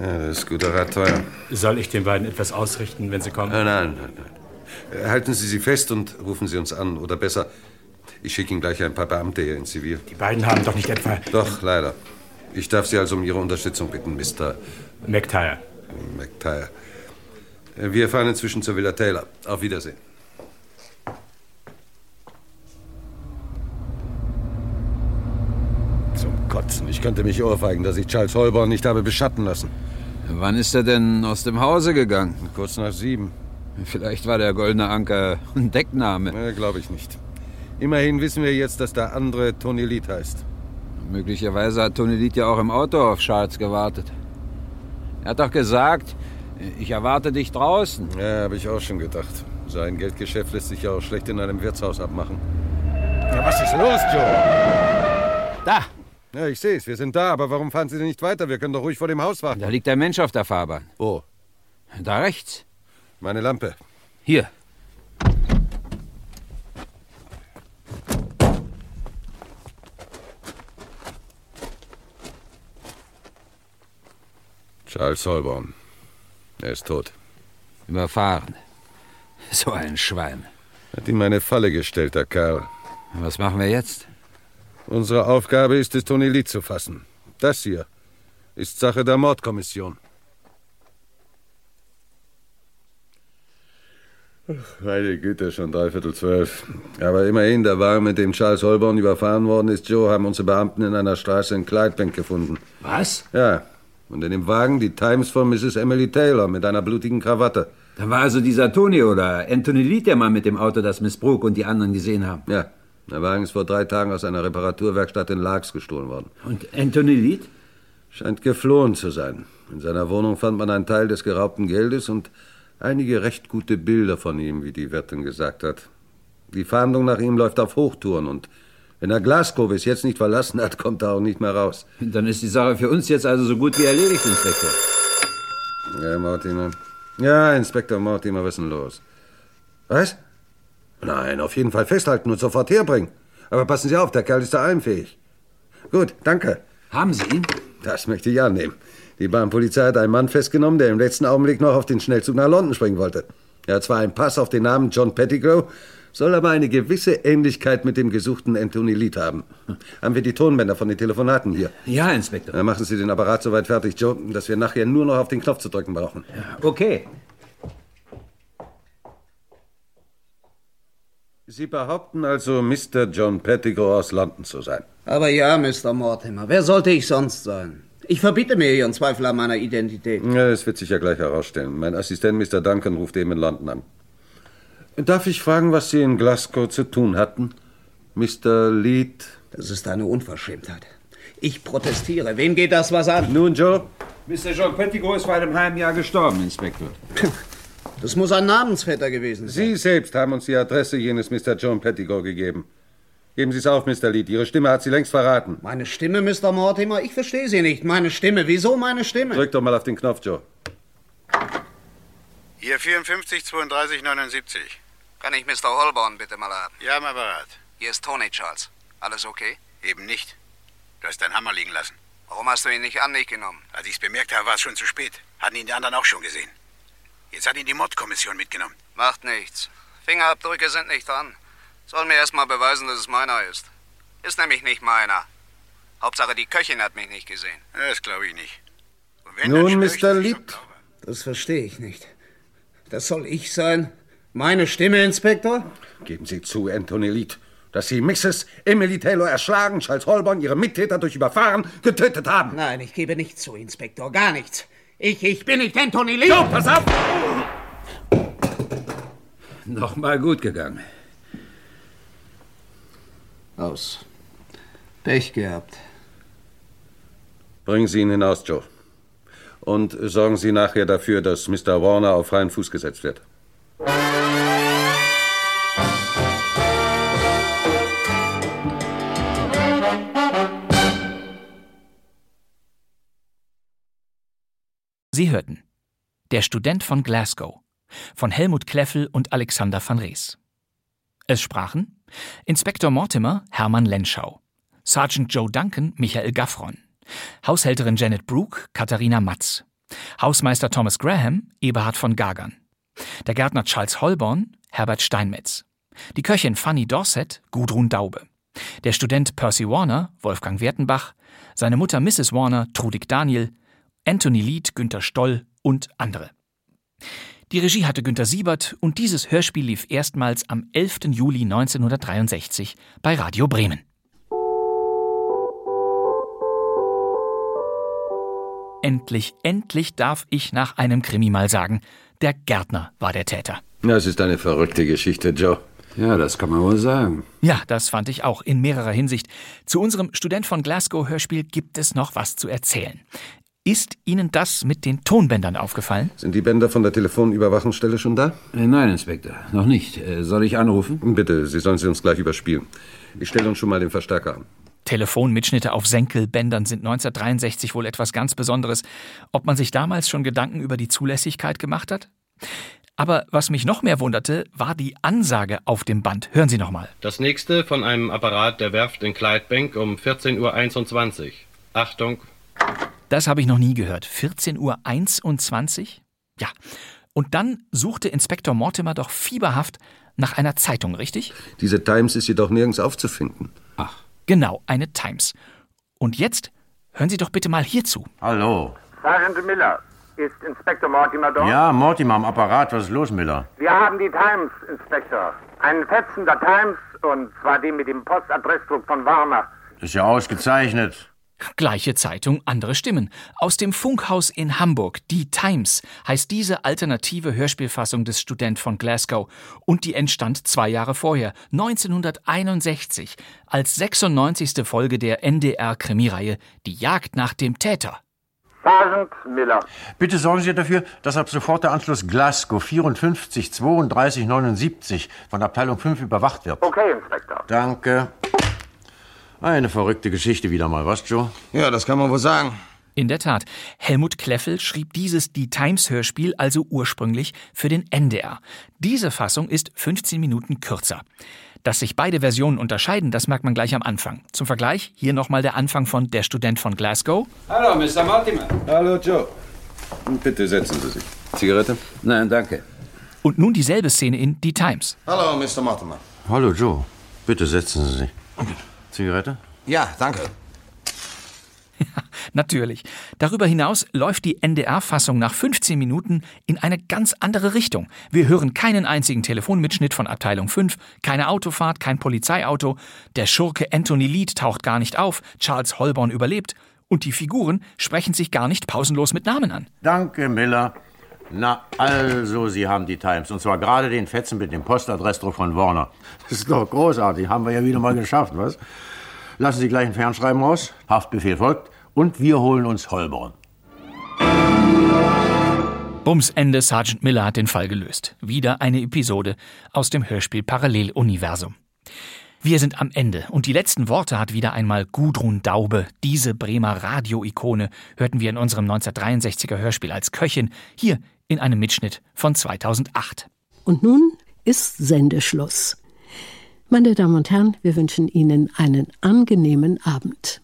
Speaker 4: Ja, das ist guter Rat teuer.
Speaker 17: Soll ich den beiden etwas ausrichten, wenn sie kommen?
Speaker 4: Nein, nein, nein. nein. Äh, Halten Sie sie fest und rufen Sie uns an. Oder besser, ich schicke Ihnen gleich ein paar Beamte hier ins Zivil. Die
Speaker 17: beiden haben doch nicht etwa-
Speaker 4: Doch, leider. Ich darf Sie also um Ihre Unterstützung bitten, Mr.
Speaker 17: McTire.
Speaker 4: McTire. Äh, Wir fahren inzwischen zur Villa Taylor. Auf Wiedersehen.
Speaker 11: Zum Kotzen. Ich könnte mich ohrfeigen, dass ich Charles Holborn nicht habe beschatten lassen.
Speaker 2: Wann ist er denn aus dem Hause gegangen? Kurz nach sieben. Vielleicht war der Goldene Anker ein Deckname.
Speaker 4: Glaube ich nicht. Immerhin wissen wir jetzt, dass der andere Tony Lied heißt.
Speaker 2: Möglicherweise hat Tonelit ja auch im Auto auf Charles gewartet. Er hat doch gesagt, ich erwarte dich draußen.
Speaker 4: Ja, habe ich auch schon gedacht. Sein Geldgeschäft lässt sich ja auch schlecht in einem Wirtshaus abmachen.
Speaker 11: Ja, was ist los, Joe?
Speaker 2: Da!
Speaker 4: Ja, ich sehe es. Wir sind da. Aber warum fahren Sie denn nicht weiter? Wir können doch ruhig vor dem Haus warten.
Speaker 2: Da liegt der Mensch auf der Fahrbahn.
Speaker 4: Wo?
Speaker 2: Da rechts.
Speaker 4: Meine Lampe.
Speaker 2: Hier.
Speaker 4: Charles Holborn. Er ist tot.
Speaker 2: Überfahren. So ein Schwein.
Speaker 4: Hat ihm eine Falle gestellt, der Kerl.
Speaker 2: Was machen wir jetzt?
Speaker 4: Unsere Aufgabe ist es, Tony Lee zu fassen. Das hier ist Sache der Mordkommission. Meine Güte, schon dreiviertel zwölf. Aber immerhin, der Wagen, mit dem Charles Holborn überfahren worden ist, Joe, haben unsere Beamten in einer Straße in Clydebank gefunden.
Speaker 2: Was?
Speaker 4: Ja. Und in dem Wagen die Times von Mrs. Emily Taylor mit einer blutigen Krawatte.
Speaker 2: Da war also dieser Tony oder Anthony Lee der Mann mit dem Auto, das Miss Brooke und die anderen gesehen haben.
Speaker 4: Ja. Der Wagen ist vor drei Tagen aus einer Reparaturwerkstatt in Largs gestohlen worden.
Speaker 2: Und Anthony Lee?
Speaker 4: Scheint geflohen zu sein. In seiner Wohnung fand man einen Teil des geraubten Geldes und einige recht gute Bilder von ihm, wie die Wirtin gesagt hat. Die Fahndung nach ihm läuft auf Hochtouren und wenn er Glasgow bis jetzt nicht verlassen hat, kommt er auch nicht mehr raus.
Speaker 2: Dann ist die Sache für uns jetzt also so gut wie erledigt, Inspektor.
Speaker 4: Ja, Mortimer. Ja, Inspektor Mortimer, was ist denn los? Was? Nein, auf jeden Fall festhalten und sofort herbringen. Aber passen Sie auf, der Kerl ist da einfähig. Gut, danke.
Speaker 2: Haben Sie ihn?
Speaker 4: Das möchte ich annehmen. Die Bahnpolizei hat einen Mann festgenommen, der im letzten Augenblick noch auf den Schnellzug nach London springen wollte. Er hat zwar einen Pass auf den Namen John Pettigrow, soll aber eine gewisse Ähnlichkeit mit dem gesuchten Anthony Lead haben. Haben wir die Tonbänder von den Telefonaten hier?
Speaker 2: Ja, Inspektor.
Speaker 4: Dann machen Sie den Apparat soweit fertig, Joe, dass wir nachher nur noch auf den Knopf zu drücken brauchen.
Speaker 2: Okay.
Speaker 4: Sie behaupten also, Mr. John Pettigrow aus London zu sein.
Speaker 18: Aber ja, Mr. Mortimer, wer sollte ich sonst sein? Ich verbiete mir Ihren Zweifel an meiner Identität.
Speaker 4: Ja, das wird sich ja gleich herausstellen. Mein Assistent Mr. Duncan ruft eben in London an. Darf ich fragen, was Sie in Glasgow zu tun hatten? Mr. Lead?
Speaker 18: Das ist eine Unverschämtheit. Ich protestiere. Wen geht das was an?
Speaker 4: Nun, Joe.
Speaker 2: Mr. John Pettigrew ist vor einem halben Jahr gestorben, Inspektor.
Speaker 18: Das muss ein Namensvetter gewesen sein.
Speaker 4: Sie selbst haben uns die Adresse jenes Mr. John Pettigow gegeben. Geben Sie es auf, Mr. Lead. Ihre Stimme hat Sie längst verraten.
Speaker 18: Meine Stimme, Mr. Mortimer, ich verstehe Sie nicht. Meine Stimme, wieso meine Stimme?
Speaker 4: Drück doch mal auf den Knopf, Joe.
Speaker 15: Hier 54 32 79.
Speaker 19: Kann ich Mr. Holborn bitte mal haben?
Speaker 15: Ja, am Apparat.
Speaker 19: Hier ist Tony Charles. Alles okay?
Speaker 15: Eben nicht. Du hast deinen Hammer liegen lassen.
Speaker 19: Warum hast du ihn nicht an dich genommen?
Speaker 15: Als ich es bemerkt habe, war es schon zu spät. Hatten ihn die anderen auch schon gesehen. Jetzt hat ihn die Mordkommission mitgenommen.
Speaker 18: Macht
Speaker 15: nichts. Fingerabdrücke sind nicht dran. Soll mir erst mal beweisen, dass es meiner ist. Ist nämlich nicht meiner. Hauptsache, die Köchin hat mich nicht gesehen. Das glaube ich nicht.
Speaker 4: Nun, Mr. Lead.
Speaker 18: Das verstehe ich nicht. Das soll ich sein? Meine Stimme, Inspektor?
Speaker 4: Geben Sie zu, Anthony Lead, dass Sie Mrs. Emily Taylor erschlagen, Charles Holborn, Ihre Mittäter durch Überfahren getötet haben.
Speaker 18: Nein, ich gebe nichts zu, Inspektor, gar nichts. Ich, ich bin nicht Anthony Lee.
Speaker 4: Joe, pass auf!
Speaker 2: Nochmal gut gegangen.
Speaker 18: Aus. Pech gehabt.
Speaker 4: Bringen Sie ihn hinaus, Joe. Und sorgen Sie nachher dafür, dass Mr. Warner auf freien Fuß gesetzt wird.
Speaker 1: Sie hörten Der Student von Glasgow von Helmut Kleffel und Alexander van Rees. Es sprachen Inspektor Mortimer Hermann Lenschau, Sergeant Joe Duncan Michael Gaffron, Haushälterin Janet Brooke Katharina Matz, Hausmeister Thomas Graham Eberhard von Gagern, der Gärtner Charles Holborn Herbert Steinmetz, die Köchin Fanny Dorset Gudrun Daube, der Student Percy Warner Wolfgang Wertenbach, seine Mutter Mrs. Warner Trudig Daniel, Anthony Lied Günter Stoll und andere. Die Regie hatte Günter Siebert und dieses Hörspiel lief erstmals am 11. Juli 1963 bei Radio Bremen. Endlich, endlich darf ich nach einem Krimi mal sagen, der Gärtner war der Täter.
Speaker 2: Das ist eine verrückte Geschichte, Joe. Ja, das kann man wohl sagen.
Speaker 1: Ja, das fand ich auch in mehrerer Hinsicht. Zu unserem Student von Glasgow Hörspiel gibt es noch was zu erzählen. Ist Ihnen das mit den Tonbändern aufgefallen?
Speaker 4: Sind die Bänder von der Telefonüberwachungsstelle schon da?
Speaker 2: Äh, Nein, Inspektor, noch nicht. Äh, Soll ich anrufen?
Speaker 4: Bitte, Sie sollen sie uns gleich überspielen. Ich stelle uns schon mal den Verstärker an.
Speaker 1: Telefonmitschnitte auf Senkelbändern sind 1963 wohl etwas ganz Besonderes. Ob man sich damals schon Gedanken über die Zulässigkeit gemacht hat? Aber was mich noch mehr wunderte, war die Ansage auf dem Band. Hören Sie nochmal.
Speaker 16: Das nächste von einem Apparat der Werft in Clydebank um 14.21 Uhr. Achtung,
Speaker 1: Das habe ich noch nie gehört. 14.21 Uhr? Ja. Und dann suchte Inspektor Mortimer doch fieberhaft nach einer Zeitung, richtig?
Speaker 4: Diese Times ist jedoch nirgends aufzufinden.
Speaker 1: Genau, eine Times. Und jetzt hören Sie doch bitte mal hierzu.
Speaker 20: Hallo.
Speaker 21: Sergeant Miller, ist Inspektor Mortimer dort?
Speaker 20: Ja, Mortimer am Apparat. Was ist los, Miller?
Speaker 21: Wir haben die Times, Inspektor. Einen Fetzen der Times, und zwar den mit dem Postadressdruck von Warner.
Speaker 20: Ist ja ausgezeichnet.
Speaker 1: Gleiche Zeitung, andere Stimmen. Aus dem Funkhaus in Hamburg, die Times, heißt diese alternative Hörspielfassung des Student von Glasgow. Und die entstand zwei Jahre vorher, 1961, als 96. Folge der NDR-Krimireihe Die Jagd nach dem Täter.
Speaker 21: Sergeant Miller.
Speaker 20: Bitte sorgen Sie dafür, dass ab sofort der Anschluss Glasgow 54 32 79 von Abteilung 5 überwacht wird.
Speaker 21: Okay, Inspektor.
Speaker 20: Danke. Eine verrückte Geschichte wieder mal, was, Joe? Ja, das kann man wohl sagen.
Speaker 1: In der Tat, Helmut Kleffel schrieb dieses Die Times Hörspiel also ursprünglich für den NDR. Diese Fassung ist 15 Minuten kürzer. Dass sich beide Versionen unterscheiden, das merkt man gleich am Anfang. Zum Vergleich hier nochmal der Anfang von Der Student von Glasgow.
Speaker 2: Hallo, Mr. Mortimer.
Speaker 4: Hallo, Joe. Bitte setzen Sie sich. Zigarette?
Speaker 2: Nein, danke.
Speaker 1: Und nun dieselbe Szene in Die Times.
Speaker 20: Hallo, Mr. Mortimer. Hallo, Joe. Bitte setzen Sie sich. Zigarette? Ja, danke.
Speaker 1: Natürlich. Darüber hinaus läuft die NDR-Fassung nach 15 Minuten in eine ganz andere Richtung. Wir hören keinen einzigen Telefonmitschnitt von Abteilung 5, keine Autofahrt, kein Polizeiauto, der Schurke Anthony Lead taucht gar nicht auf, Charles Holborn überlebt und die Figuren sprechen sich gar nicht pausenlos mit Namen an.
Speaker 20: Danke, Miller. Na, also, Sie haben die Times. Und zwar gerade den Fetzen mit dem Postadressdruck von Warner. Das ist doch großartig. Haben wir ja wieder mal geschafft, was? Lassen Sie gleich ein Fernschreiben raus. Haftbefehl folgt. Und wir holen uns Holborn.
Speaker 1: Bums Ende, Sergeant Miller hat den Fall gelöst. Wieder eine Episode aus dem Hörspiel Paralleluniversum. Wir sind am Ende und die letzten Worte hat wieder einmal Gudrun Daube. Diese Bremer Radio-Ikone hörten wir in unserem 1963er Hörspiel als Köchin, hier in einem Mitschnitt von 2008.
Speaker 22: Und nun ist Sendeschluss. Meine Damen und Herren, wir wünschen Ihnen einen angenehmen Abend.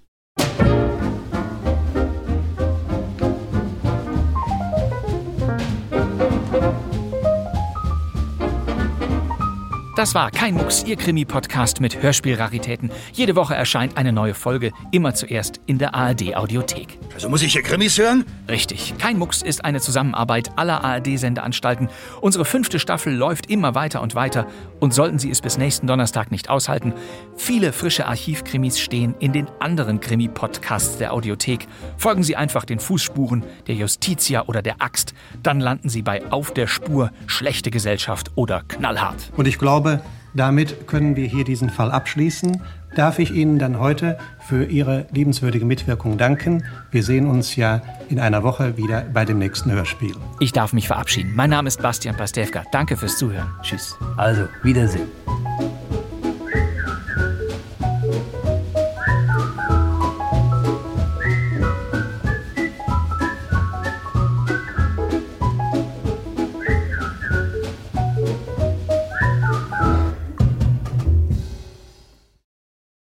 Speaker 1: Das war kein Mucks, Ihr Krimi-Podcast mit Hörspielraritäten. Jede Woche erscheint eine neue Folge, immer zuerst in der ARD-Audiothek.
Speaker 23: Also muss ich hier Krimis hören?
Speaker 1: Richtig. Kein Mucks ist eine Zusammenarbeit aller ARD-Sendeanstalten. Unsere fünfte Staffel läuft immer weiter und weiter. Und sollten Sie es bis nächsten Donnerstag nicht aushalten, viele frische Archivkrimis stehen in den anderen Krimi-Podcasts der Audiothek. Folgen Sie einfach den Fußspuren der Justitia oder der Axt. Dann landen Sie bei Auf der Spur, Schlechte Gesellschaft oder Knallhart.
Speaker 24: Und ich glaube, damit können wir hier diesen Fall abschließen.
Speaker 6: darf ich Ihnen dann heute für Ihre liebenswürdige Mitwirkung danken. Wir sehen uns ja in einer Woche wieder bei dem nächsten Hörspiel.
Speaker 1: Ich darf mich verabschieden. Mein Name ist Bastian Pastewka. Danke fürs Zuhören. Tschüss.
Speaker 6: Also, Wiedersehen.
Speaker 1: Thank you